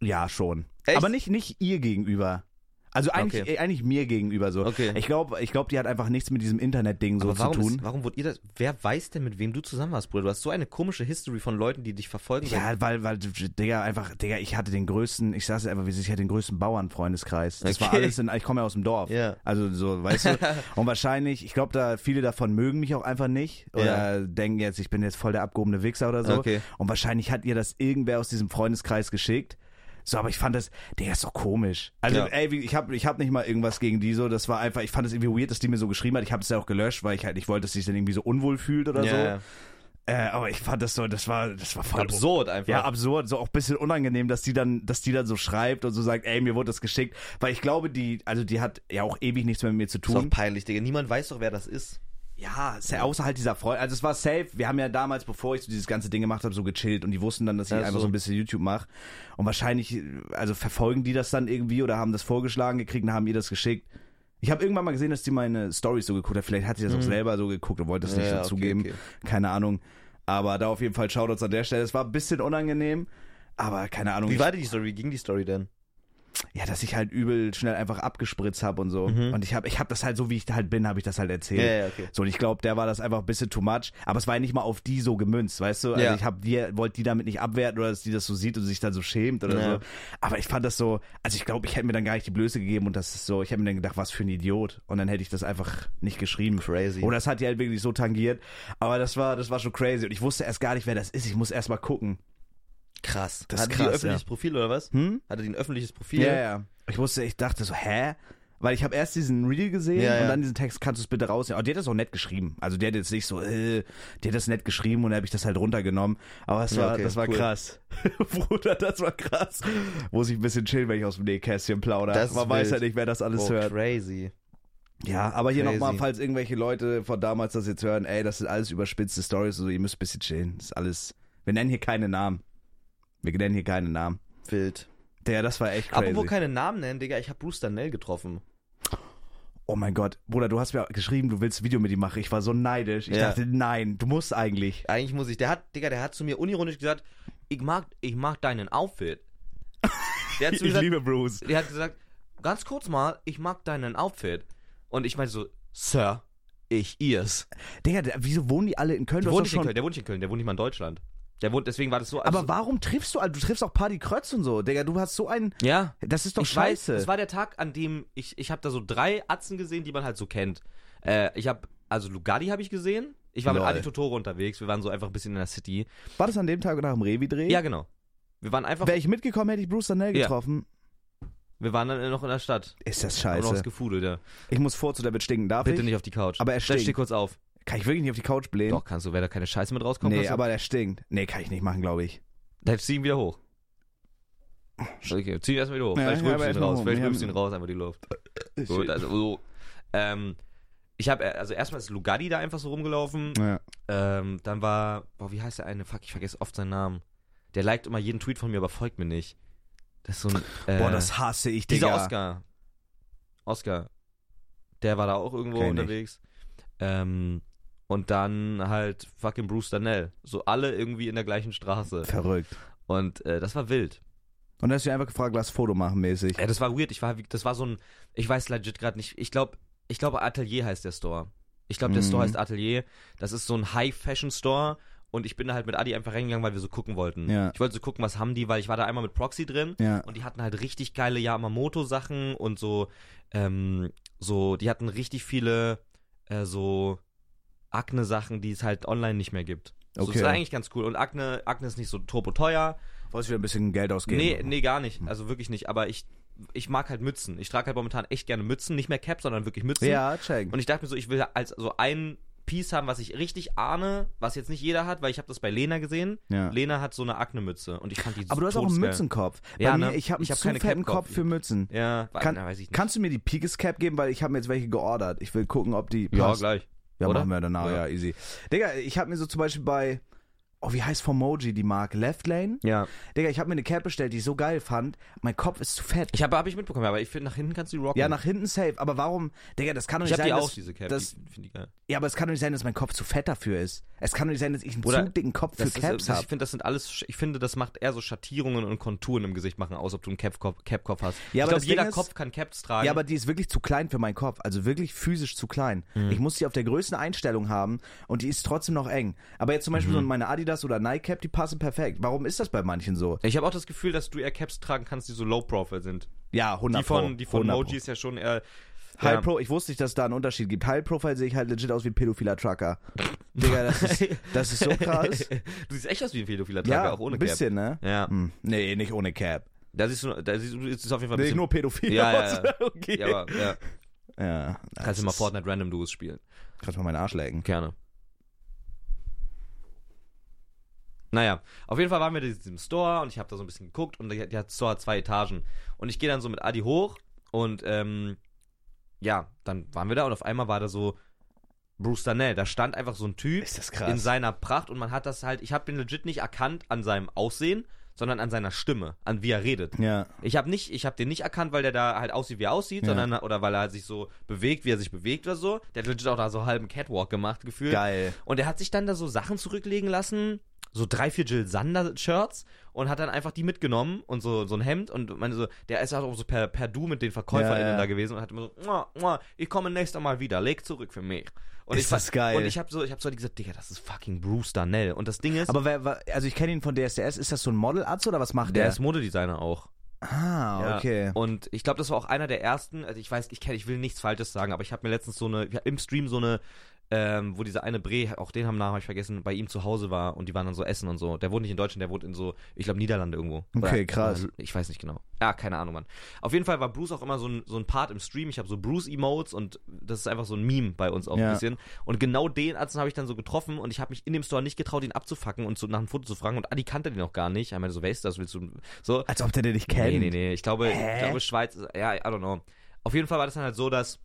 Speaker 1: Ja, schon.
Speaker 2: Echt?
Speaker 1: Aber nicht, nicht ihr gegenüber. Also eigentlich,
Speaker 2: Okay.
Speaker 1: äh, eigentlich mir gegenüber so.
Speaker 2: Okay.
Speaker 1: Ich glaube, ich glaub, die hat einfach nichts mit diesem Internet-Ding so
Speaker 2: Aber
Speaker 1: zu
Speaker 2: warum,
Speaker 1: tun.
Speaker 2: ist, warum wurde ihr das? Wer weiß denn, mit wem du zusammen warst, Bruder? Du hast so eine komische History von Leuten, die dich verfolgen. seit-
Speaker 1: ja, weil, weil, Digga, einfach, Digga, ich hatte den größten, ich saß einfach, wie sich hatte den größten Bauernfreundeskreis. Das war
Speaker 2: Okay.
Speaker 1: alles in, ich komme ja aus dem Dorf.
Speaker 2: Ja.
Speaker 1: Also so, weißt du. Und wahrscheinlich, ich glaube, da viele davon mögen mich auch einfach nicht. Oder denken jetzt, ich bin jetzt voll der abgehobene Wichser oder so.
Speaker 2: Okay.
Speaker 1: Und wahrscheinlich hat ihr das irgendwer aus diesem Freundeskreis geschickt. So, aber ich fand das, der ist doch komisch. Also,
Speaker 2: Ja.
Speaker 1: ey, wie- ich habe ich hab nicht mal irgendwas gegen die so. Das war einfach, ich fand es irgendwie weird, dass die mir so geschrieben hat. Ich habe es ja auch gelöscht, weil ich halt nicht wollte, dass sie sich dann irgendwie so unwohl fühlt oder so.
Speaker 2: Ja,
Speaker 1: Äh, aber ich fand das so, das war, das war voll
Speaker 2: Absurd einfach.
Speaker 1: Ja, absurd, so auch ein bisschen unangenehm, dass die dann, dass die dann so schreibt und so sagt, ey, mir wurde das geschickt, weil ich glaube, die, also die hat ja auch ewig nichts mehr mit mir zu
Speaker 2: Ist doch
Speaker 1: tun.
Speaker 2: peinlich, Digga. Niemand weiß doch, wer das ist.
Speaker 1: Ja, sa- außerhalb dieser Freunde, also es war safe, wir haben ja damals, bevor ich so dieses ganze Ding gemacht habe, so gechillt und die wussten dann, dass
Speaker 2: Ja,
Speaker 1: ich einfach
Speaker 2: so.
Speaker 1: so ein bisschen YouTube mache und wahrscheinlich, also verfolgen die das dann irgendwie oder haben das vorgeschlagen gekriegt und haben ihr das geschickt. Ich habe irgendwann mal gesehen, dass die meine Stories so geguckt hat. Vielleicht hat sie das auch selber so geguckt und wollte das nicht
Speaker 2: Mhm. Ja,
Speaker 1: so
Speaker 2: okay,
Speaker 1: zugeben.
Speaker 2: okay.
Speaker 1: Keine Ahnung. Aber da auf jeden Fall Shoutouts an der Stelle. Es war ein bisschen unangenehm, aber keine Ahnung.
Speaker 2: Wie war denn die Story? Wie ging die Story denn?
Speaker 1: ja, dass ich halt übel schnell einfach abgespritzt habe und so. Und ich habe ich hab das halt so, wie ich halt bin, habe ich das halt erzählt.
Speaker 2: Mhm. Ja, ja, okay.
Speaker 1: So, und ich glaube, der war das einfach ein bisschen too much. Aber es war ja nicht mal auf die so gemünzt, weißt du? Also
Speaker 2: Ja.
Speaker 1: ich hab, wir wollte die damit nicht abwerten oder dass die das so sieht und sich dann so schämt oder
Speaker 2: Ja.
Speaker 1: so. Aber ich fand das so, also ich glaube, ich hätte mir dann gar nicht die Blöße gegeben und das ist so, ich hätte mir dann gedacht, was für ein Idiot. Und dann hätte ich das einfach nicht geschrieben.
Speaker 2: Crazy.
Speaker 1: Oder es hat die halt wirklich so tangiert. Aber das war, das war schon crazy. Und ich wusste erst gar nicht, wer das ist. Ich muss erst mal gucken.
Speaker 2: Krass.
Speaker 1: Das ist
Speaker 2: Hatte die
Speaker 1: krass,
Speaker 2: ein öffentliches
Speaker 1: ja.
Speaker 2: Profil oder was?
Speaker 1: Hm?
Speaker 2: Hatte die ein öffentliches Profil?
Speaker 1: Ja, ja. Ich wusste, ich dachte so, hä? Weil ich habe erst diesen Reel gesehen
Speaker 2: Ja,
Speaker 1: und
Speaker 2: ja.
Speaker 1: dann diesen Text, kannst du es bitte rausnehmen. Aber der hat das auch nett geschrieben. Also der hat jetzt nicht so, äh, der hat das nett geschrieben und dann habe ich das halt runtergenommen. Aber es
Speaker 2: Ja,
Speaker 1: war,
Speaker 2: okay,
Speaker 1: das war
Speaker 2: cool.
Speaker 1: krass. Bruder, das war krass. Muss ich ein bisschen chillen, wenn ich aus dem Nähkästchen plaudere.
Speaker 2: Das ist
Speaker 1: Man weiß
Speaker 2: wild.
Speaker 1: ja nicht, wer das alles
Speaker 2: Oh,
Speaker 1: hört.
Speaker 2: crazy.
Speaker 1: Ja, aber hier
Speaker 2: Crazy.
Speaker 1: nochmal, falls irgendwelche Leute von damals das jetzt hören, ey, das sind alles überspitzte Stories, also ihr müsst ein bisschen chillen. Das ist alles, wir nennen hier keine Namen. Wir nennen hier keine Namen.
Speaker 2: Wild.
Speaker 1: Der, das war echt crazy.
Speaker 2: Apropos keine Namen nennen, Digga, ich habe Bruce Danell getroffen.
Speaker 1: Oh mein Gott, Bruder, du hast mir geschrieben, du willst ein Video mit ihm machen. Ich war so neidisch. Ich
Speaker 2: Ja.
Speaker 1: dachte, nein, du musst eigentlich.
Speaker 2: Eigentlich muss ich, der hat, Digga, der hat zu mir unironisch gesagt, ich mag, ich mag deinen Outfit. Der hat zu mir gesagt,
Speaker 1: Bruce.
Speaker 2: der hat gesagt, ganz kurz mal, ich mag deinen Outfit. Und ich meinte so, Sir, ich ihrs.
Speaker 1: Digga, der, wieso wohnen die alle in Köln?
Speaker 2: Der
Speaker 1: Du
Speaker 2: wohnt
Speaker 1: hast
Speaker 2: nicht in
Speaker 1: doch
Speaker 2: Köln, der wohnt nicht in Köln, der wohnt nicht mal in Deutschland. Der wohnt, deswegen war das so.
Speaker 1: Aber
Speaker 2: also,
Speaker 1: warum triffst du alle? Du triffst auch Party Krötz und so. Digga, du hast so einen.
Speaker 2: ja.
Speaker 1: Das ist doch
Speaker 2: ich
Speaker 1: scheiße.
Speaker 2: Weiß, es war der Tag, an dem ich, ich habe da so drei Atzen gesehen, die man halt so kennt. Äh, ich habe, also Lugatti habe ich gesehen. Ich war
Speaker 1: Lol.
Speaker 2: mit Adi Totoro unterwegs. Wir waren so einfach ein bisschen in der City.
Speaker 1: War das an dem Tag nach dem Revi-Dreh?
Speaker 2: Ja, genau. Wir waren einfach,
Speaker 1: Wäre ich mitgekommen, hätte ich Bruce Danell
Speaker 2: Ja.
Speaker 1: getroffen.
Speaker 2: wir waren dann noch in der Stadt.
Speaker 1: Ist das
Speaker 2: Haben noch was
Speaker 1: scheiße.
Speaker 2: gefudelt, ja.
Speaker 1: Ich muss vor zu der stinken, darf
Speaker 2: Bitte
Speaker 1: ich?
Speaker 2: nicht auf die Couch.
Speaker 1: Aber er
Speaker 2: Stell dich
Speaker 1: stinkt.
Speaker 2: kurz auf.
Speaker 1: Kann ich wirklich nicht auf die Couch blähen?
Speaker 2: Doch, kannst du, wenn da keine Scheiße mit rauskommt,
Speaker 1: nee,
Speaker 2: kannst du,
Speaker 1: aber der stinkt. Nee, kann ich nicht machen, glaube ich.
Speaker 2: dann zieh ihn wieder hoch. Okay, zieh ihn erstmal wieder hoch.
Speaker 1: Ja,
Speaker 2: Vielleicht
Speaker 1: ja,
Speaker 2: rülpst du
Speaker 1: aber
Speaker 2: ihn
Speaker 1: erstmal
Speaker 2: raus.
Speaker 1: hoch.
Speaker 2: Vielleicht
Speaker 1: Wir
Speaker 2: rülpst du ihn
Speaker 1: haben-
Speaker 2: raus, einfach die Luft. Gut, also so. Ähm, ich habe also erstmal ist Lugatti da einfach so rumgelaufen.
Speaker 1: Ja.
Speaker 2: Ähm, dann war, boah, wie heißt der eine? Fuck, ich vergesse oft seinen Namen. Der liked immer jeden Tweet von mir, aber folgt mir nicht. Das ist so ein. Äh,
Speaker 1: Boah, das hasse ich, Digga.
Speaker 2: dieser Oscar. Oscar. Der war da auch irgendwo
Speaker 1: Kenn ich.
Speaker 2: unterwegs. Ähm, und dann halt fucking Bruce Danell. So alle irgendwie in der gleichen Straße.
Speaker 1: Verrückt.
Speaker 2: Und äh, das war wild.
Speaker 1: Und dann hast du ihn einfach gefragt, lass Foto machen mäßig.
Speaker 2: Ja, das war weird. Ich war, wie- das war so ein, ich weiß legit gerade nicht. Ich glaube, ich glaube Atelier heißt der Store. Ich glaube, der
Speaker 1: Mhm.
Speaker 2: Store heißt Atelier. Das ist so ein High-Fashion-Store. Und ich bin da halt mit Adi einfach reingegangen, weil wir so gucken wollten.
Speaker 1: Ja.
Speaker 2: Ich wollte so gucken, was haben die, weil ich war da einmal mit Proxy drin.
Speaker 1: Ja.
Speaker 2: Und die hatten halt richtig geile Yamamoto-Sachen und so, ähm, so, die hatten richtig viele, äh, so Akne-Sachen, die es halt online nicht mehr gibt. So, das
Speaker 1: Okay.
Speaker 2: ist eigentlich ganz cool. Und Akne, Akne ist nicht so turbo teuer.
Speaker 1: Wolltest du wieder ein bisschen Geld ausgeben?
Speaker 2: Nee, nee, gar nicht. Also wirklich nicht. Aber ich, ich mag halt Mützen. Ich trage halt momentan echt gerne Mützen. Nicht mehr Caps, sondern wirklich Mützen.
Speaker 1: Ja, check.
Speaker 2: Und ich dachte mir so, ich will als so ein Piece haben, was ich richtig ahne, was jetzt nicht jeder hat, weil ich habe das bei Lena gesehen.
Speaker 1: Ja.
Speaker 2: Lena hat so eine Akne-Mütze und ich fand die
Speaker 1: Aber du hast auch einen
Speaker 2: todesgeil.
Speaker 1: Mützenkopf. Bei
Speaker 2: Ja,
Speaker 1: mir,
Speaker 2: ne?
Speaker 1: ich habe einen
Speaker 2: Ich hab
Speaker 1: zu
Speaker 2: keine
Speaker 1: fetten
Speaker 2: Cap-Kopf.
Speaker 1: Kopf für Mützen.
Speaker 2: Ja, warte,
Speaker 1: Kann-
Speaker 2: na, weiß ich nicht.
Speaker 1: Kannst du mir die Peakes Cap geben, weil ich habe mir jetzt welche geordert. Ich will gucken, ob die
Speaker 2: ja,
Speaker 1: passt.
Speaker 2: gleich.
Speaker 1: ja
Speaker 2: oder?
Speaker 1: machen wir danach, ja.
Speaker 2: Ja.
Speaker 1: easy. Digga, ich habe mir so zum Beispiel bei Oh, wie heißt Formoji die Marke? Left Lane?
Speaker 2: Ja.
Speaker 1: Digga, ich habe mir eine Cap bestellt, die ich so geil fand. Mein Kopf ist zu fett.
Speaker 2: Ich habe hab ich mitbekommen, aber ich finde, nach hinten kannst du die rocken.
Speaker 1: ja, nach hinten safe. Aber warum? Digga, das kann doch
Speaker 2: ich
Speaker 1: nicht
Speaker 2: habe
Speaker 1: sein.
Speaker 2: die
Speaker 1: dass,
Speaker 2: auch, diese Cap.
Speaker 1: Das,
Speaker 2: die finde ich geil.
Speaker 1: ja, aber es kann doch nicht sein, dass mein Kopf zu fett dafür ist. Es kann doch nicht sein, dass ich einen
Speaker 2: Bruder,
Speaker 1: zu dicken Kopf für
Speaker 2: Das
Speaker 1: Caps
Speaker 2: ist, also ich
Speaker 1: habe.
Speaker 2: finde, das sind alles, ich finde, das macht eher so Schattierungen und Konturen im Gesicht machen aus, ob du einen Cap-Kopf Cap -Kopf hast. ich
Speaker 1: Ja, aber
Speaker 2: glaube,
Speaker 1: das Ding
Speaker 2: jeder
Speaker 1: ist-
Speaker 2: Kopf kann Caps tragen.
Speaker 1: Ja, aber die ist wirklich zu klein für meinen Kopf. Also wirklich physisch zu klein.
Speaker 2: Mhm.
Speaker 1: Ich muss die auf der größten Einstellung haben und die ist trotzdem noch eng. Aber jetzt zum Beispiel
Speaker 2: Mhm.
Speaker 1: so meine Adidas oder Nike Cap, die passen perfekt. Warum ist das bei manchen so?
Speaker 2: Ich habe auch das Gefühl, dass du eher Caps tragen kannst, die so Low Profile sind.
Speaker 1: Ja, 100
Speaker 2: Die von,
Speaker 1: Pro.
Speaker 2: die von
Speaker 1: 100
Speaker 2: Moji ist ja schon eher.
Speaker 1: Pro. High
Speaker 2: ja.
Speaker 1: Pro, ich wusste nicht, dass es da einen Unterschied gibt. High Profile sehe ich halt legit aus wie ein pädophiler Trucker. Digga, das ist, das ist so krass.
Speaker 2: Du siehst echt aus wie ein pädophiler Trager,
Speaker 1: ja,
Speaker 2: auch ohne
Speaker 1: ein bisschen, ne?
Speaker 2: Cap. Ja,
Speaker 1: Hm. Nee, nicht ohne Cap.
Speaker 2: da siehst du, da siehst du, ist es auf jeden Fall ein
Speaker 1: Nee,
Speaker 2: bisschen.
Speaker 1: nur pädophil.
Speaker 2: Ja, ja, ja.
Speaker 1: okay.
Speaker 2: ja, aber, ja.
Speaker 1: ja.
Speaker 2: Kannst du mal
Speaker 1: Das ist-
Speaker 2: Fortnite Random Duos spielen?
Speaker 1: Kannst du mal meinen Arsch lecken.
Speaker 2: Gerne. Naja, auf jeden Fall waren wir in diesem Store und ich habe da so ein bisschen geguckt und der, der Store hat zwei Etagen. Und ich gehe dann so mit Adi hoch und ähm, ja, dann waren wir da und auf einmal war da so Bruce Danell. Da stand einfach so ein Typ
Speaker 1: Ist das
Speaker 2: in
Speaker 1: krass.
Speaker 2: seiner Pracht und man hat das halt, ich habe den legit nicht erkannt an seinem Aussehen, sondern an seiner Stimme, an wie er redet.
Speaker 1: Ja.
Speaker 2: Ich habe nicht, ich habe den nicht erkannt, weil der da halt aussieht, wie er aussieht,
Speaker 1: Ja.
Speaker 2: sondern oder weil er sich so bewegt, wie er sich bewegt oder so. Der hat legit auch da so halben Catwalk gemacht gefühlt.
Speaker 1: Geil.
Speaker 2: Und er hat sich dann da so Sachen zurücklegen lassen, so drei, vier Jill Sander-Shirts und hat dann einfach die mitgenommen und so, so ein Hemd und meine so, der ist auch so per, per Du mit den VerkäuferInnen
Speaker 1: Ja, ja.
Speaker 2: da gewesen und hat immer so, "Mua, mua, ich komme nächstes Mal wieder, leg zurück für mich. Und
Speaker 1: Ist
Speaker 2: ich
Speaker 1: das
Speaker 2: war-
Speaker 1: geil.
Speaker 2: Und ich habe so, ich hab so gesagt, Digga, das ist fucking Bruce Darnell. Und das Ding ist,
Speaker 1: Aber wer, wer- also ich kenne ihn von DSDS. Ist das so ein Modelatz oder was macht
Speaker 2: der
Speaker 1: der?
Speaker 2: ist Modedesigner auch.
Speaker 1: ah,
Speaker 2: Ja.
Speaker 1: okay.
Speaker 2: Und ich glaube, das war auch einer der ersten. Also ich weiß, ich kenn, ich will nichts Falsches sagen, aber ich habe mir letztens so eine, ich hab im Stream so eine, ähm, wo dieser eine Bre, auch den haben Namen hab ich vergessen, bei ihm zu Hause war und die waren dann so essen und so. Der wohnt nicht in Deutschland, der wohnt in so, ich glaube Niederlande irgendwo.
Speaker 1: Okay, krass.
Speaker 2: Oder, ich weiß nicht genau. Ja, keine Ahnung, Mann. Auf jeden Fall war Bruce auch immer so ein, so ein Part im Stream. Ich habe so Bruce-Emotes und das ist einfach so ein Meme bei uns auch
Speaker 1: Ja.
Speaker 2: ein bisschen. Und genau den Arzt habe ich dann so getroffen und ich habe mich in dem Store nicht getraut, ihn abzufacken und so nach einem Foto zu fragen. Und Adi kannte den auch gar nicht. Er meinte so, wer ist das? Willst du so?
Speaker 1: Als ob der den nicht kennt.
Speaker 2: Nee, nee, nee. Ich glaube,
Speaker 1: Hä?
Speaker 2: ich glaube Schweiz, ist- ja, I don't know. Auf jeden Fall war das dann halt so, dass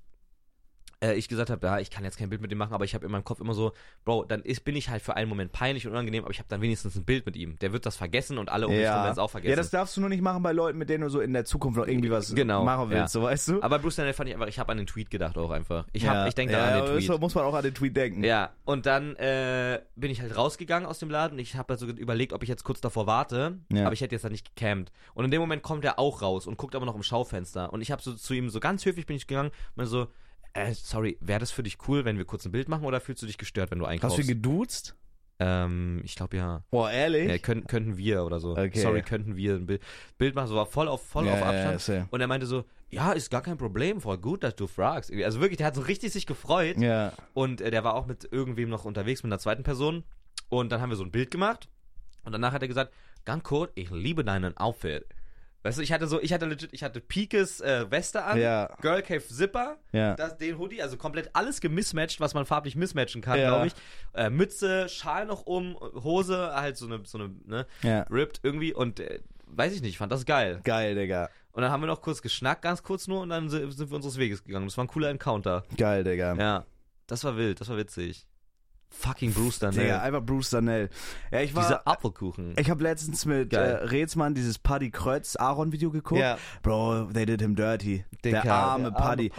Speaker 2: äh, ich gesagt habe, ja, ich kann jetzt kein Bild mit dem machen, aber ich habe in meinem Kopf immer so, Bro, dann ist, bin ich halt für einen Moment peinlich und unangenehm, aber ich habe dann wenigstens ein Bild mit ihm. Der wird das vergessen und alle um mich herum
Speaker 1: Ja.
Speaker 2: werden es auch vergessen.
Speaker 1: ja, das darfst du nur nicht machen bei Leuten, mit denen du so in der Zukunft noch irgendwie was
Speaker 2: Genau,
Speaker 1: machen willst,
Speaker 2: ja.
Speaker 1: so weißt du?
Speaker 2: aber Bruce Daniel fand ich einfach, ich habe an den Tweet gedacht auch einfach. Ich,
Speaker 1: ja.
Speaker 2: hab, ich denke
Speaker 1: ja,
Speaker 2: da an
Speaker 1: aber
Speaker 2: den Tweet.
Speaker 1: deshalb muss man auch an den Tweet denken.
Speaker 2: Ja, und dann äh, bin ich halt rausgegangen aus dem Laden. Ich habe also überlegt, ob ich jetzt kurz davor warte,
Speaker 1: Ja.
Speaker 2: aber ich hätte jetzt da nicht gecampt. Und in dem Moment kommt er auch raus und guckt aber noch im Schaufenster. Und ich habe so zu ihm so ganz höflich bin ich gegangen und meinte so, äh, sorry, wäre das für dich cool, wenn wir kurz ein Bild machen oder fühlst du dich gestört, wenn du
Speaker 1: Hast du ihn
Speaker 2: einkaufst?
Speaker 1: geduzt?
Speaker 2: ähm, ich glaube ja.
Speaker 1: Boah, ehrlich?
Speaker 2: Ja, könnten, könnten wir oder so.
Speaker 1: Okay.
Speaker 2: Sorry, könnten wir ein Bild, Bild machen. So war voll auf, voll
Speaker 1: Ja,
Speaker 2: auf
Speaker 1: ja,
Speaker 2: Abstand.
Speaker 1: ja, same.
Speaker 2: und er meinte so, ja, ist gar kein Problem, voll gut, dass du fragst. Also wirklich, der hat so richtig sich gefreut.
Speaker 1: ja.
Speaker 2: Und äh, der war auch mit irgendwem noch unterwegs, mit einer zweiten Person. Und dann haben wir so ein Bild gemacht. Und danach hat er gesagt, Gankot, ich liebe deinen Outfit. Weißt du, ich hatte so, ich hatte legit, ich hatte Pikes äh, Weste an,
Speaker 1: Ja.
Speaker 2: Girl Cave Zipper,
Speaker 1: Ja.
Speaker 2: das, den Hoodie, also komplett alles gemismatcht, was man farblich mismatchen kann,
Speaker 1: Ja.
Speaker 2: glaube ich. Äh, Mütze, Schal noch um, Hose, halt so eine, so eine, ne,
Speaker 1: Ja.
Speaker 2: ripped irgendwie und äh, weiß ich nicht, ich fand das geil.
Speaker 1: Geil, Digga.
Speaker 2: Und dann haben wir noch kurz geschnackt, ganz kurz nur, und dann sind sind wir unseres Weges gegangen. Das war ein cooler Encounter.
Speaker 1: Geil, Digga.
Speaker 2: Ja, ne. das war wild, das war witzig. Fucking Bruce Darnell.
Speaker 1: Digga, einfach Bruce Danell. Ja, ich war.
Speaker 2: Dieser Apfelkuchen.
Speaker 1: Ich habe letztens mit äh,
Speaker 2: Geil.
Speaker 1: Rätsmann dieses Paddy Kreuz Aaron Video geguckt.
Speaker 2: Ja.
Speaker 1: Bro, they did him dirty.
Speaker 2: Dicker,
Speaker 1: der arme
Speaker 2: der arme
Speaker 1: Paddy.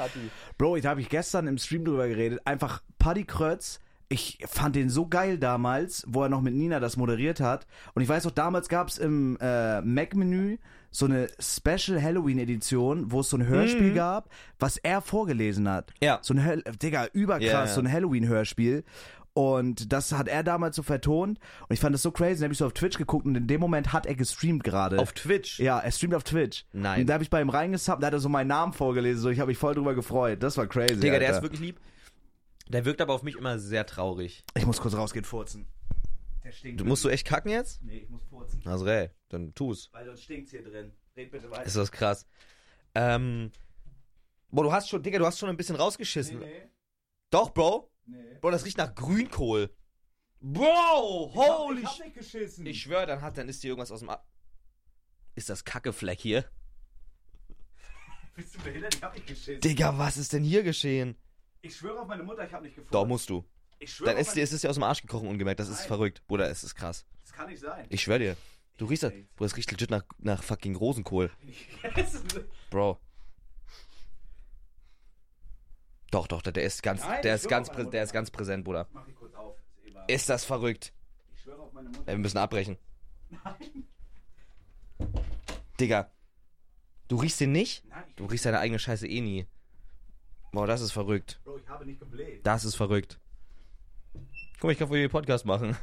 Speaker 1: Bro, ich- da habe ich gestern im Stream drüber geredet. Einfach Paddy Kreuz. Ich fand den so geil damals, wo er noch mit Nina das moderiert hat. Und ich weiß noch, damals gab es im äh, Mac-Menü so eine Special Halloween-Edition, wo es so ein Hörspiel gab, was er vorgelesen hat.
Speaker 2: Mhm. Ja.
Speaker 1: So ein, Hell- Digga, überkrass,
Speaker 2: Ja, ja.
Speaker 1: so ein Halloween-Hörspiel. Und das hat er damals so vertont. Und ich fand das so crazy. Dann habe ich so auf Twitch geguckt und in dem Moment hat er gestreamt gerade.
Speaker 2: Auf Twitch.
Speaker 1: Ja, er streamt auf Twitch.
Speaker 2: Nein.
Speaker 1: Und da habe ich bei ihm reingesubbt, da hat er so meinen Namen vorgelesen, so ich habe mich voll drüber gefreut. Das war crazy.
Speaker 2: Digga, der
Speaker 1: Alter.
Speaker 2: ist wirklich lieb. Der wirkt aber auf mich immer sehr traurig.
Speaker 1: Ich muss kurz rausgehen furzen. Der stinkt.
Speaker 2: musst du echt kacken jetzt?
Speaker 1: Nee, ich muss furzen,
Speaker 2: Also, ey, dann tu's.
Speaker 1: weil sonst stinkt's hier drin. Red bitte weiter.
Speaker 2: Ist das krass. Ähm. Boah, du hast schon, Digga, du hast schon ein bisschen rausgeschissen. Doch, Bro.
Speaker 1: nee.
Speaker 2: Bro, das riecht nach Grünkohl. Bro, holy shit.
Speaker 1: nicht geschissen.
Speaker 2: Ich schwör, dann hat, dann ist dir irgendwas aus dem. A ist das Kackefleck hier?
Speaker 1: Bist du behindert? Ich hab nicht geschissen.
Speaker 2: Digga, was ist denn hier geschehen?
Speaker 1: Ich schwöre auf meine Mutter, ich hab nicht gefurzt.
Speaker 2: Doch, musst du.
Speaker 1: Ich schwöre
Speaker 2: Dann ist, dir- ist es dir aus dem Arsch gekrochen ungemerkt. Das ist
Speaker 1: Nein.
Speaker 2: verrückt. Bruder, es ist krass.
Speaker 1: Das kann nicht sein.
Speaker 2: Ich schwör dir. Du riechst das.
Speaker 1: weiß.
Speaker 2: Bruder, es riecht legit nach, nach fucking Rosenkohl. Bro. Doch, doch, der der ist ganz,
Speaker 1: Nein,
Speaker 2: der
Speaker 1: ich
Speaker 2: ist
Speaker 1: schwör
Speaker 2: ganz,
Speaker 1: auf
Speaker 2: prä
Speaker 1: meine
Speaker 2: der ist ganz präsent, Bruder.
Speaker 1: Mach dich kurz auf. eh
Speaker 2: Ist das verrückt?
Speaker 1: Ich schwöre auf meine Mutter.
Speaker 2: Ey, wir müssen abbrechen. Digga. Du riechst den nicht?
Speaker 1: Nein,
Speaker 2: Du riechst deine eigene Scheiße eh nie. Boah, das ist verrückt.
Speaker 1: Bro, ich habe nicht gebläht.
Speaker 2: Das ist verrückt. Guck mal, ich kann vorher den Podcast machen.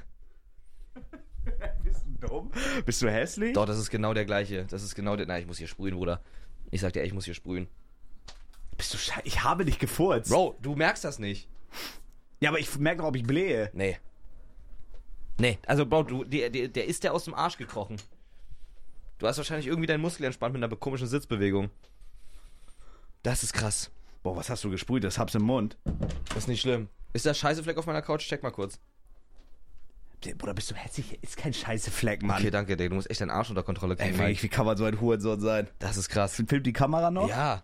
Speaker 1: Bist du dumm? Bist du hässlich?
Speaker 2: Doch, das ist genau der gleiche. Das ist genau der. Nein, ich muss hier sprühen, Bruder. Ich sag dir, ich muss hier sprühen.
Speaker 1: Bist du scheiße? Ich habe nicht gefurzt.
Speaker 2: Bro, du merkst das nicht.
Speaker 1: Ja, aber ich merke doch, ob ich blähe.
Speaker 2: Nee. Nee, also Bro, du, der, der, der ist der aus dem Arsch gekrochen. Du hast wahrscheinlich irgendwie deinen Muskel entspannt mit einer komischen Sitzbewegung. Das ist krass.
Speaker 1: Boah, was hast du gesprüht? Das hab's im Mund.
Speaker 2: Das ist nicht schlimm. Ist das scheiße Fleck auf meiner Couch? Check mal kurz.
Speaker 1: Bruder, bist du herzlich? Hier Ist kein scheiße Fleck, Mann.
Speaker 2: Okay, danke, Digga. Du musst echt deinen Arsch unter Kontrolle
Speaker 1: Ey,
Speaker 2: kriegen.
Speaker 1: wirklich,
Speaker 2: Mike.
Speaker 1: wie kann man so ein Hurensohn sein?
Speaker 2: Das ist krass.
Speaker 1: Filmt die Kamera noch?
Speaker 2: Ja.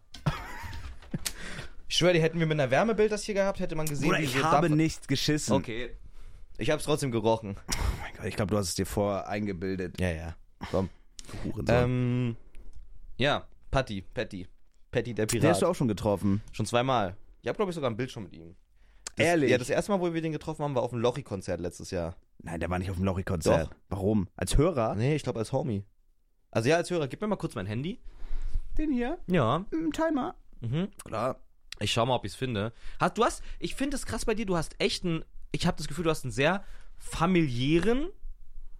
Speaker 2: Ich schwöre, die hätten wir mit einer Wärmebild das hier gehabt, hätte man gesehen,
Speaker 1: Bruder,
Speaker 2: wie
Speaker 1: ich
Speaker 2: so
Speaker 1: habe
Speaker 2: Dampf-
Speaker 1: nichts geschissen.
Speaker 2: Okay. Ich hab's trotzdem gerochen.
Speaker 1: Oh mein Gott, ich glaube, du hast es dir vorher eingebildet.
Speaker 2: Ja, ja. Komm.
Speaker 1: Hurensohn.
Speaker 2: Ähm, ja, Patty, Patty. Patty der
Speaker 1: den
Speaker 2: Pirat.
Speaker 1: hast du auch schon getroffen.
Speaker 2: Schon zweimal. Ich habe, glaube ich, sogar ein Bild schon mit ihm. Das,
Speaker 1: Ehrlich?
Speaker 2: Ja, das erste Mal, wo wir den getroffen haben, war auf dem Lochi-Konzert letztes Jahr.
Speaker 1: Nein, der war nicht auf dem Lorry-Konzert. Warum? Als Hörer?
Speaker 2: Ah, Nee, ich glaube als Homie. Also ja, als Hörer, gib mir mal kurz mein Handy.
Speaker 1: Den hier?
Speaker 2: Ja.
Speaker 1: Ein Timer?
Speaker 2: Mhm.
Speaker 1: Klar.
Speaker 2: Ich schau mal, ob ich's finde. Hast, du hast, ich finde es krass bei dir, du hast echt einen, ich habe das Gefühl, du hast einen sehr familiären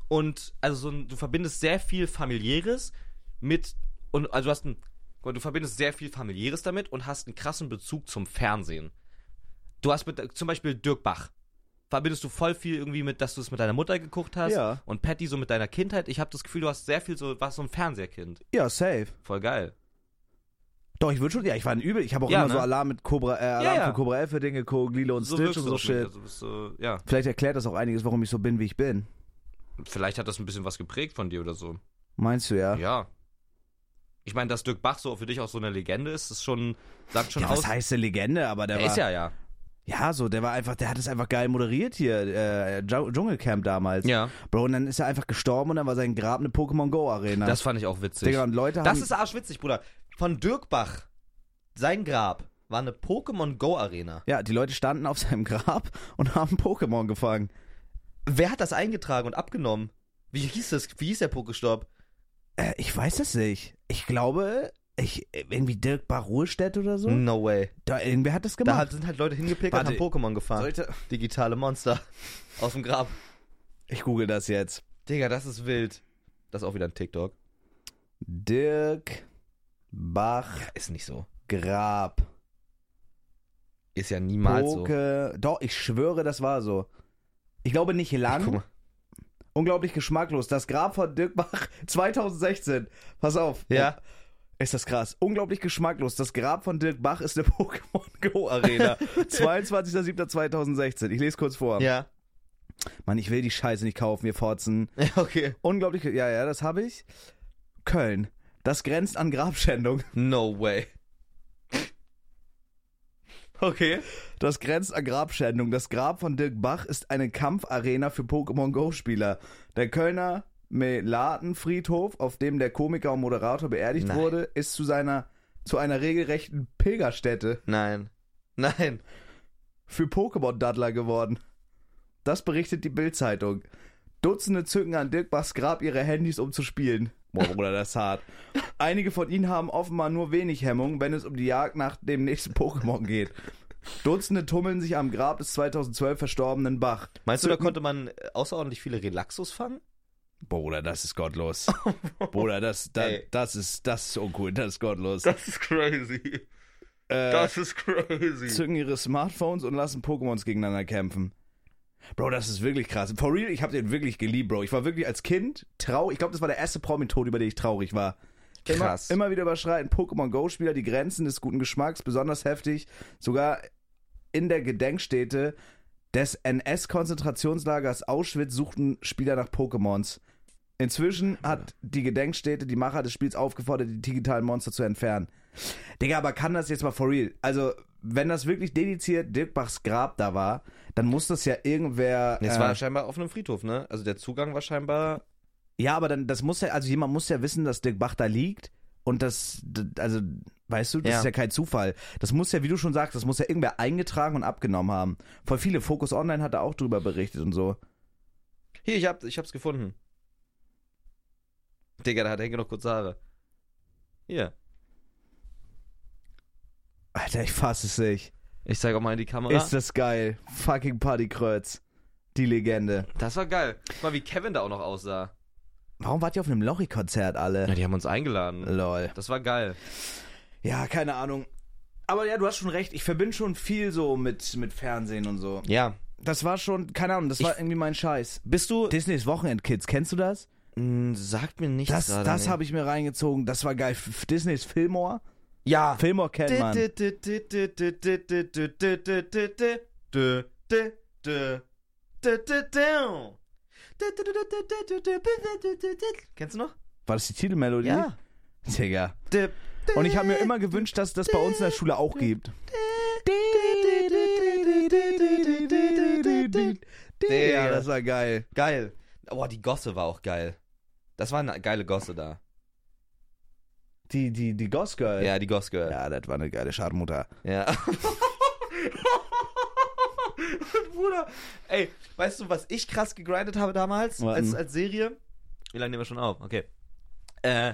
Speaker 2: und, also so ein, du verbindest sehr viel familiäres mit, und, also du hast ein, guck mal, du verbindest sehr viel familiäres damit und hast einen krassen Bezug zum Fernsehen. Du hast mit, zum Beispiel Dirk Bach. Verbindest du voll viel irgendwie mit, dass du es mit deiner Mutter geguckt hast
Speaker 1: Ja.
Speaker 2: und Patty so mit deiner Kindheit. Ich habe das Gefühl, du hast sehr viel so, warst so ein Fernseherkind.
Speaker 1: Ja, safe.
Speaker 2: Voll geil.
Speaker 1: Doch, ich würde schon, ja, ich war ein Übel. Ich habe auch
Speaker 2: Ja,
Speaker 1: immer so
Speaker 2: ne?
Speaker 1: Alarm mit Cobra, äh, Alarm
Speaker 2: ja.
Speaker 1: für Cobra 11 Dinge geguckt, Lilo und Stitch
Speaker 2: wirkst
Speaker 1: und
Speaker 2: du
Speaker 1: so
Speaker 2: auf mich.
Speaker 1: Shit.
Speaker 2: Also bist du, ja.
Speaker 1: Vielleicht erklärt das auch einiges, warum ich so bin, wie ich bin.
Speaker 2: Vielleicht hat das ein bisschen was geprägt von dir oder so.
Speaker 1: Meinst du, ja?
Speaker 2: Ja. Ich meine, dass Dirk Bach so für dich auch so eine Legende ist, ist schon, sagt schon
Speaker 1: Ja,
Speaker 2: aus.
Speaker 1: was heißt eine Legende, aber der
Speaker 2: er
Speaker 1: war.
Speaker 2: ist ja, ja.
Speaker 1: ja, so, der war einfach, der hat es einfach geil moderiert hier, äh, Dschung- Dschungelcamp damals.
Speaker 2: Ja.
Speaker 1: Bro, und dann ist er einfach gestorben und dann war sein Grab eine Pokémon Go Arena.
Speaker 2: Das fand ich auch witzig.
Speaker 1: Digga, und Leute
Speaker 2: das
Speaker 1: haben.
Speaker 2: ist arschwitzig, Bruder. Von Dirk Bach, sein Grab, war eine Pokémon Go Arena.
Speaker 1: ja, die Leute standen auf seinem Grab und haben Pokémon gefangen.
Speaker 2: Wer hat das eingetragen und abgenommen? Wie hieß das? Wie hieß der Pokestop?
Speaker 1: Äh, ich weiß das nicht. Ich glaube, ich, irgendwie Dirk Barruhlstedt oder so.
Speaker 2: No way.
Speaker 1: Da, irgendwer hat das
Speaker 2: Mhm. Da
Speaker 1: gemacht.
Speaker 2: hat, sind halt Leute hingepickt und haben
Speaker 1: Warte.
Speaker 2: Pokémon gefahren.
Speaker 1: Sollte-
Speaker 2: Digitale Monster aus dem Grab.
Speaker 1: ich google das jetzt.
Speaker 2: Digga, das ist wild. Das ist auch wieder ein TikTok.
Speaker 1: Dirk Bach
Speaker 2: Ist nicht so.
Speaker 1: Grab.
Speaker 2: Ist ja niemals halt so.
Speaker 1: Poke. Doch, ich schwöre, das war so. Ich glaube nicht
Speaker 2: Guck
Speaker 1: lang.
Speaker 2: mal.
Speaker 1: Unglaublich geschmacklos. Das Grab von Dirk Bach 2016. Pass auf.
Speaker 2: Ja.
Speaker 1: Ist das krass. Unglaublich geschmacklos. Das Grab von Dirk Bach ist eine Pokémon Go Arena. 22.07.2016. Ich lese kurz vor.
Speaker 2: Ja.
Speaker 1: Mann, ich will die Scheiße nicht kaufen, wir Forzen.
Speaker 2: Okay.
Speaker 1: Unglaublich. Ja, ja, das habe ich. Köln. Das grenzt an Grabschändung.
Speaker 2: No way. Okay.
Speaker 1: Das grenzt an Grabschändung. Das Grab von Dirk Bach ist eine Kampfarena für Pokémon Go-Spieler. Der Kölner Melatenfriedhof, auf dem der Komiker und Moderator beerdigt
Speaker 2: Nein.
Speaker 1: wurde, ist zu seiner zu einer regelrechten Pilgerstätte
Speaker 2: Nein. Nein.
Speaker 1: für Pokémon-Daddler geworden. Das berichtet die Bild-Zeitung. Dutzende zücken an Dirk Bachs Grab ihre Handys, um zu spielen. Boah, Bruder, das ist hart. Einige von ihnen haben offenbar nur wenig Hemmung, wenn es um die Jagd nach dem nächsten Pokémon geht. Dutzende tummeln sich am Grab des 2012 verstorbenen Bach.
Speaker 2: Meinst du, da konnte man äh, außerordentlich viele Relaxos fangen?
Speaker 1: Bruder, das ist gottlos. Bruder, das, da-
Speaker 2: Ey.
Speaker 1: das, ist, das ist uncool, das ist gottlos.
Speaker 2: Das ist crazy.
Speaker 1: Äh,
Speaker 2: ist crazy.
Speaker 1: zücken ihre Smartphones und lassen Pokémons gegeneinander kämpfen. Bro, das ist wirklich krass. For real, ich habe den wirklich geliebt, Bro. Ich war wirklich als Kind traurig. Ich glaube, das war der erste Promi-Tod, über den ich traurig war.
Speaker 2: Krass.
Speaker 1: Immer, immer wieder überschreiten Pokémon Go-Spieler die Grenzen des guten Geschmacks, besonders heftig, sogar in der Gedenkstätte des NS-Konzentrationslagers Auschwitz suchten Spieler nach Pokémons. Inzwischen hat die Gedenkstätte die Macher des Spiels aufgefordert, die digitalen Monster zu entfernen. Digga, aber kann das jetzt mal for real? Also, wenn das wirklich dediziert Dirk Bachs Grab da war, dann muss das ja irgendwer.
Speaker 2: Nee,
Speaker 1: äh,
Speaker 2: Es war scheinbar auf einem Friedhof, ne? Also der Zugang war scheinbar.
Speaker 1: ja, aber dann, das muss ja, also jemand muss ja wissen, dass Dirk Bach da liegt und das, d- also, weißt du, das
Speaker 2: Ja.
Speaker 1: ist ja kein Zufall. Das muss ja, wie du schon sagst, das muss ja irgendwer eingetragen und abgenommen haben. Voll viele, Focus Online hat da auch drüber berichtet und so.
Speaker 2: Hier, ich, hab, ich hab's gefunden. Digga, da hat Henke noch kurz Haare. Hier.
Speaker 1: Alter, ich fass es nicht.
Speaker 2: Ich zeig auch mal in die Kamera.
Speaker 1: Ist das geil. Fucking Party Kreuz. Die Legende.
Speaker 2: das war geil. Guck mal, wie Kevin da auch noch aussah.
Speaker 1: Warum wart ihr auf einem Lorry-Konzert alle?
Speaker 2: Ja, die haben uns eingeladen.
Speaker 1: Lol.
Speaker 2: Das war geil.
Speaker 1: Ja, keine Ahnung. Aber ja, du hast schon recht. Ich verbinde schon viel so mit, mit Fernsehen und so.
Speaker 2: Ja.
Speaker 1: Das war schon, keine Ahnung, das war irgendwie mein Scheiß.
Speaker 2: Bist du.
Speaker 1: Disneys Wochenendkids, kennst du das?
Speaker 2: Mm, Sagt mir nichts
Speaker 1: Das,
Speaker 2: gerade,
Speaker 1: das
Speaker 2: nee.
Speaker 1: habe ich mir reingezogen. Das war geil. F Disneys Fillmore.
Speaker 2: Ja.
Speaker 1: Fillmore kennt man.
Speaker 2: Kennst du noch?
Speaker 1: War das die Titelmelodie?
Speaker 2: Ja.
Speaker 1: Digga. Und ich habe mir immer gewünscht, dass das bei uns in der Schule auch gibt. Ja, das war geil.
Speaker 2: Geil. Boah, die Gosse war auch geil. Das war eine geile Gosse da.
Speaker 1: Die, die, die Goss Girl.
Speaker 2: Ja, die Gosse Girl.
Speaker 1: Ja, das war eine geile Schadmutter.
Speaker 2: Ja. Und Bruder, ey, weißt du, was ich krass gegrindet habe damals als,
Speaker 1: Warten.
Speaker 2: als Serie? Wie lange nehmen wir schon auf? Okay. Äh,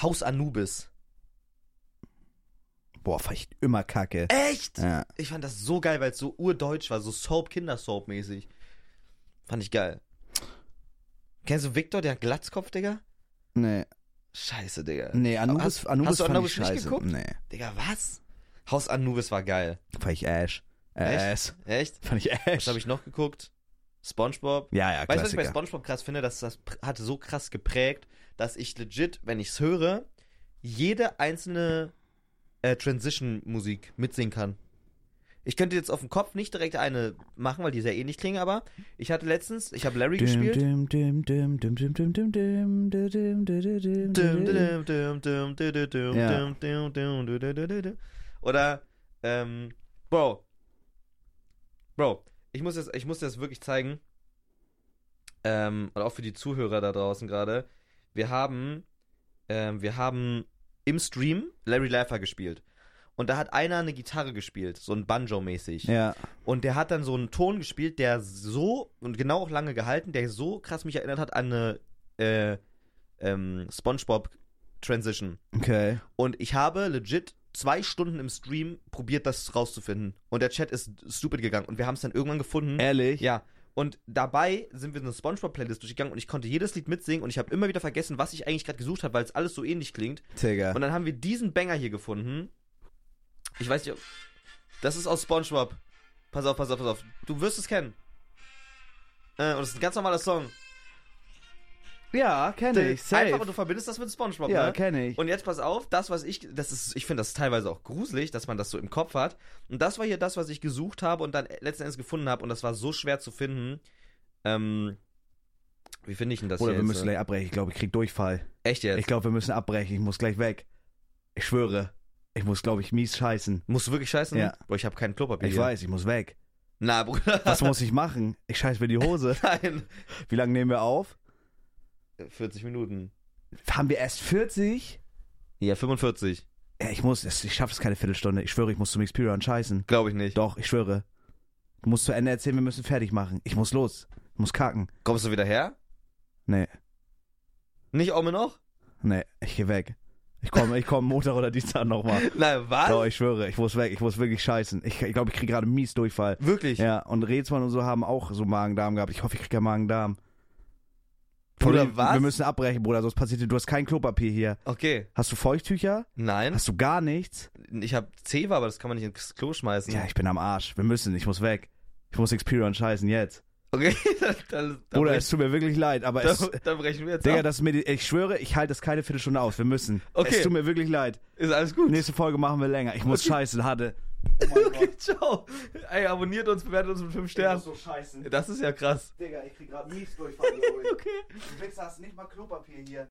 Speaker 2: Haus Anubis.
Speaker 1: Boah, fand ich immer kacke.
Speaker 2: Echt?
Speaker 1: Ja.
Speaker 2: Ich fand das so geil, weil es so urdeutsch war, so Soap, Kindersoap-mäßig. Fand ich geil. Kennst du Victor, der Glatzkopf, Digga?
Speaker 1: Nee.
Speaker 2: Scheiße, Digga.
Speaker 1: Nee, Anubis,
Speaker 2: Hast-
Speaker 1: Anubis
Speaker 2: hast du
Speaker 1: fand
Speaker 2: Anubis
Speaker 1: ich
Speaker 2: nicht
Speaker 1: scheiße.
Speaker 2: geguckt?
Speaker 1: Nee.
Speaker 2: Digga, was? Haus Anubis war geil.
Speaker 1: Fand ich Ash. Äh, Ass.
Speaker 2: Echt?
Speaker 1: Fand ich Ash.
Speaker 2: Was habe ich noch geguckt? Spongebob.
Speaker 1: ja, ja,
Speaker 2: Weißt du, was ich bei
Speaker 1: Klassiker.
Speaker 2: Spongebob krass finde? Dass das pr- hat so krass geprägt, dass ich legit, wenn ich's höre, jede einzelne äh, Transition-Musik mitsingen kann. Ich könnte jetzt auf dem Kopf nicht direkt eine machen, weil die sehr ähnlich klingen, aber ich hatte letztens, ich habe Larry gespielt.
Speaker 1: Dim, dim, dim, dim, dim, dim, dim, dim, dim, dim, dim, dim,
Speaker 2: Dum,
Speaker 1: dim, dim.
Speaker 2: dum, dum, dum, dum, dum, dum,
Speaker 1: Ja.
Speaker 2: dum, dum, dum, dum, dum, dum, dum. Oder, ähm, Bro. Bro, ich muss, jetzt, ich muss dir das wirklich zeigen. Ähm, und auch für die Zuhörer da draußen gerade. Wir haben, ähm, wir haben im Stream Larry Leifer gespielt. Und da hat einer eine Gitarre gespielt, so ein Banjo-mäßig.
Speaker 1: Ja.
Speaker 2: Und der hat dann so einen Ton gespielt, der so und genau auch lange gehalten, der so krass mich erinnert hat an eine äh, ähm, SpongeBob Transition.
Speaker 1: Okay.
Speaker 2: Und ich habe legit zwei Stunden im Stream probiert, das rauszufinden. Und der Chat ist stupid gegangen und wir haben es dann irgendwann gefunden.
Speaker 1: Ehrlich?
Speaker 2: Ja. Und dabei sind wir in eine SpongeBob-Playlist durchgegangen und ich konnte jedes Lied mitsingen und ich habe immer wieder vergessen, was ich eigentlich gerade gesucht habe, weil es alles so ähnlich klingt.
Speaker 1: Digga.
Speaker 2: Und dann haben wir diesen Banger hier gefunden. Ich weiß nicht, ob. Das ist aus Spongebob. Pass auf, pass auf, pass auf. Du wirst es kennen. Äh, und es ist ein ganz normaler Song.
Speaker 1: Ja, kenne ich.
Speaker 2: Einfach und
Speaker 1: Safe.
Speaker 2: du verbindest das mit Spongebob,
Speaker 1: Ja,
Speaker 2: ne?
Speaker 1: kenne ich.
Speaker 2: Und jetzt pass auf, das, was ich, das ist, ich finde das teilweise auch gruselig, dass man das so im Kopf hat. Und das war hier das, was ich gesucht habe und dann letzten Endes gefunden habe. Und das war so schwer zu finden. Ähm, wie finde ich denn das
Speaker 1: Oder
Speaker 2: hier
Speaker 1: wir
Speaker 2: jetzt,
Speaker 1: müssen
Speaker 2: ne?
Speaker 1: gleich abbrechen. Ich glaube, ich krieg Durchfall.
Speaker 2: Echt jetzt?
Speaker 1: Ich glaube, wir müssen abbrechen. Ich muss gleich weg. Ich schwöre. Ich muss, glaube ich, mies scheißen.
Speaker 2: Musst du wirklich scheißen?
Speaker 1: Ja.
Speaker 2: Boah, ich habe kein Klopapier.
Speaker 1: Ich
Speaker 2: hier.
Speaker 1: weiß, ich muss weg.
Speaker 2: Na, Bruder.
Speaker 1: Was muss ich machen? Ich scheiß mir die Hose.
Speaker 2: Nein.
Speaker 1: Wie lange nehmen wir auf?
Speaker 2: 40 Minuten.
Speaker 1: Haben wir erst 40?
Speaker 2: Ja, 45.
Speaker 1: Ja, ich muss, es- ich schaffe es keine Viertelstunde. Ich schwöre, ich muss zum Experience scheißen.
Speaker 2: Glaube ich nicht.
Speaker 1: Doch, ich schwöre. Du musst zu Ende erzählen, wir müssen fertig machen. Ich muss los. Ich muss kacken.
Speaker 2: Kommst du wieder her?
Speaker 1: Nee,
Speaker 2: Nicht auch noch?
Speaker 1: nee, ich gehe weg. Ich komme ich komm Montag oder Dienstag nochmal.
Speaker 2: Nein, was?
Speaker 1: Doch, ich schwöre, ich muss weg. Ich muss wirklich scheißen. Ich glaube, ich, glaub, ich kriege gerade mies Durchfall.
Speaker 2: Wirklich?
Speaker 1: Ja, und Rätsmann und so haben auch so Magen-Darm gehabt. Ich hoffe, ich kriege keinen Magen-Darm.
Speaker 2: Bruder,
Speaker 1: wir,
Speaker 2: was?
Speaker 1: wir müssen abbrechen, Bruder, sonst passiert dir, du hast kein Klopapier hier.
Speaker 2: Okay.
Speaker 1: Hast du Feuchttücher?
Speaker 2: Nein.
Speaker 1: Hast du gar nichts?
Speaker 2: Ich habe Zewa, aber das kann man nicht ins Klo schmeißen.
Speaker 1: Ja, ich bin am Arsch. Wir müssen, ich muss weg. Ich muss Experience scheißen jetzt.
Speaker 2: Okay, dann, dann, dann,
Speaker 1: Bruder, es
Speaker 2: brechen,
Speaker 1: tut mir wirklich leid, aber es,
Speaker 2: dann, dann brechen wir jetzt
Speaker 1: Digga,
Speaker 2: ab.
Speaker 1: das ist mir, die- ich schwöre, ich halte das keine Viertelstunde aus. Wir müssen.
Speaker 2: Ah. Okay.
Speaker 1: Es tut mir wirklich leid.
Speaker 2: Ist alles gut.
Speaker 1: Nächste Folge machen wir länger. Ich muss
Speaker 2: Okay.
Speaker 1: scheißen, hatte.
Speaker 2: okay, ciao. Ey, abonniert uns, bewertet uns mit 5 Sternen.
Speaker 1: so scheißen.
Speaker 2: Das ist ja krass.
Speaker 1: Digga, ich krieg grad mies Durchfall,
Speaker 2: Okay.
Speaker 1: Du Wichser hast nicht mal Klopapier hier.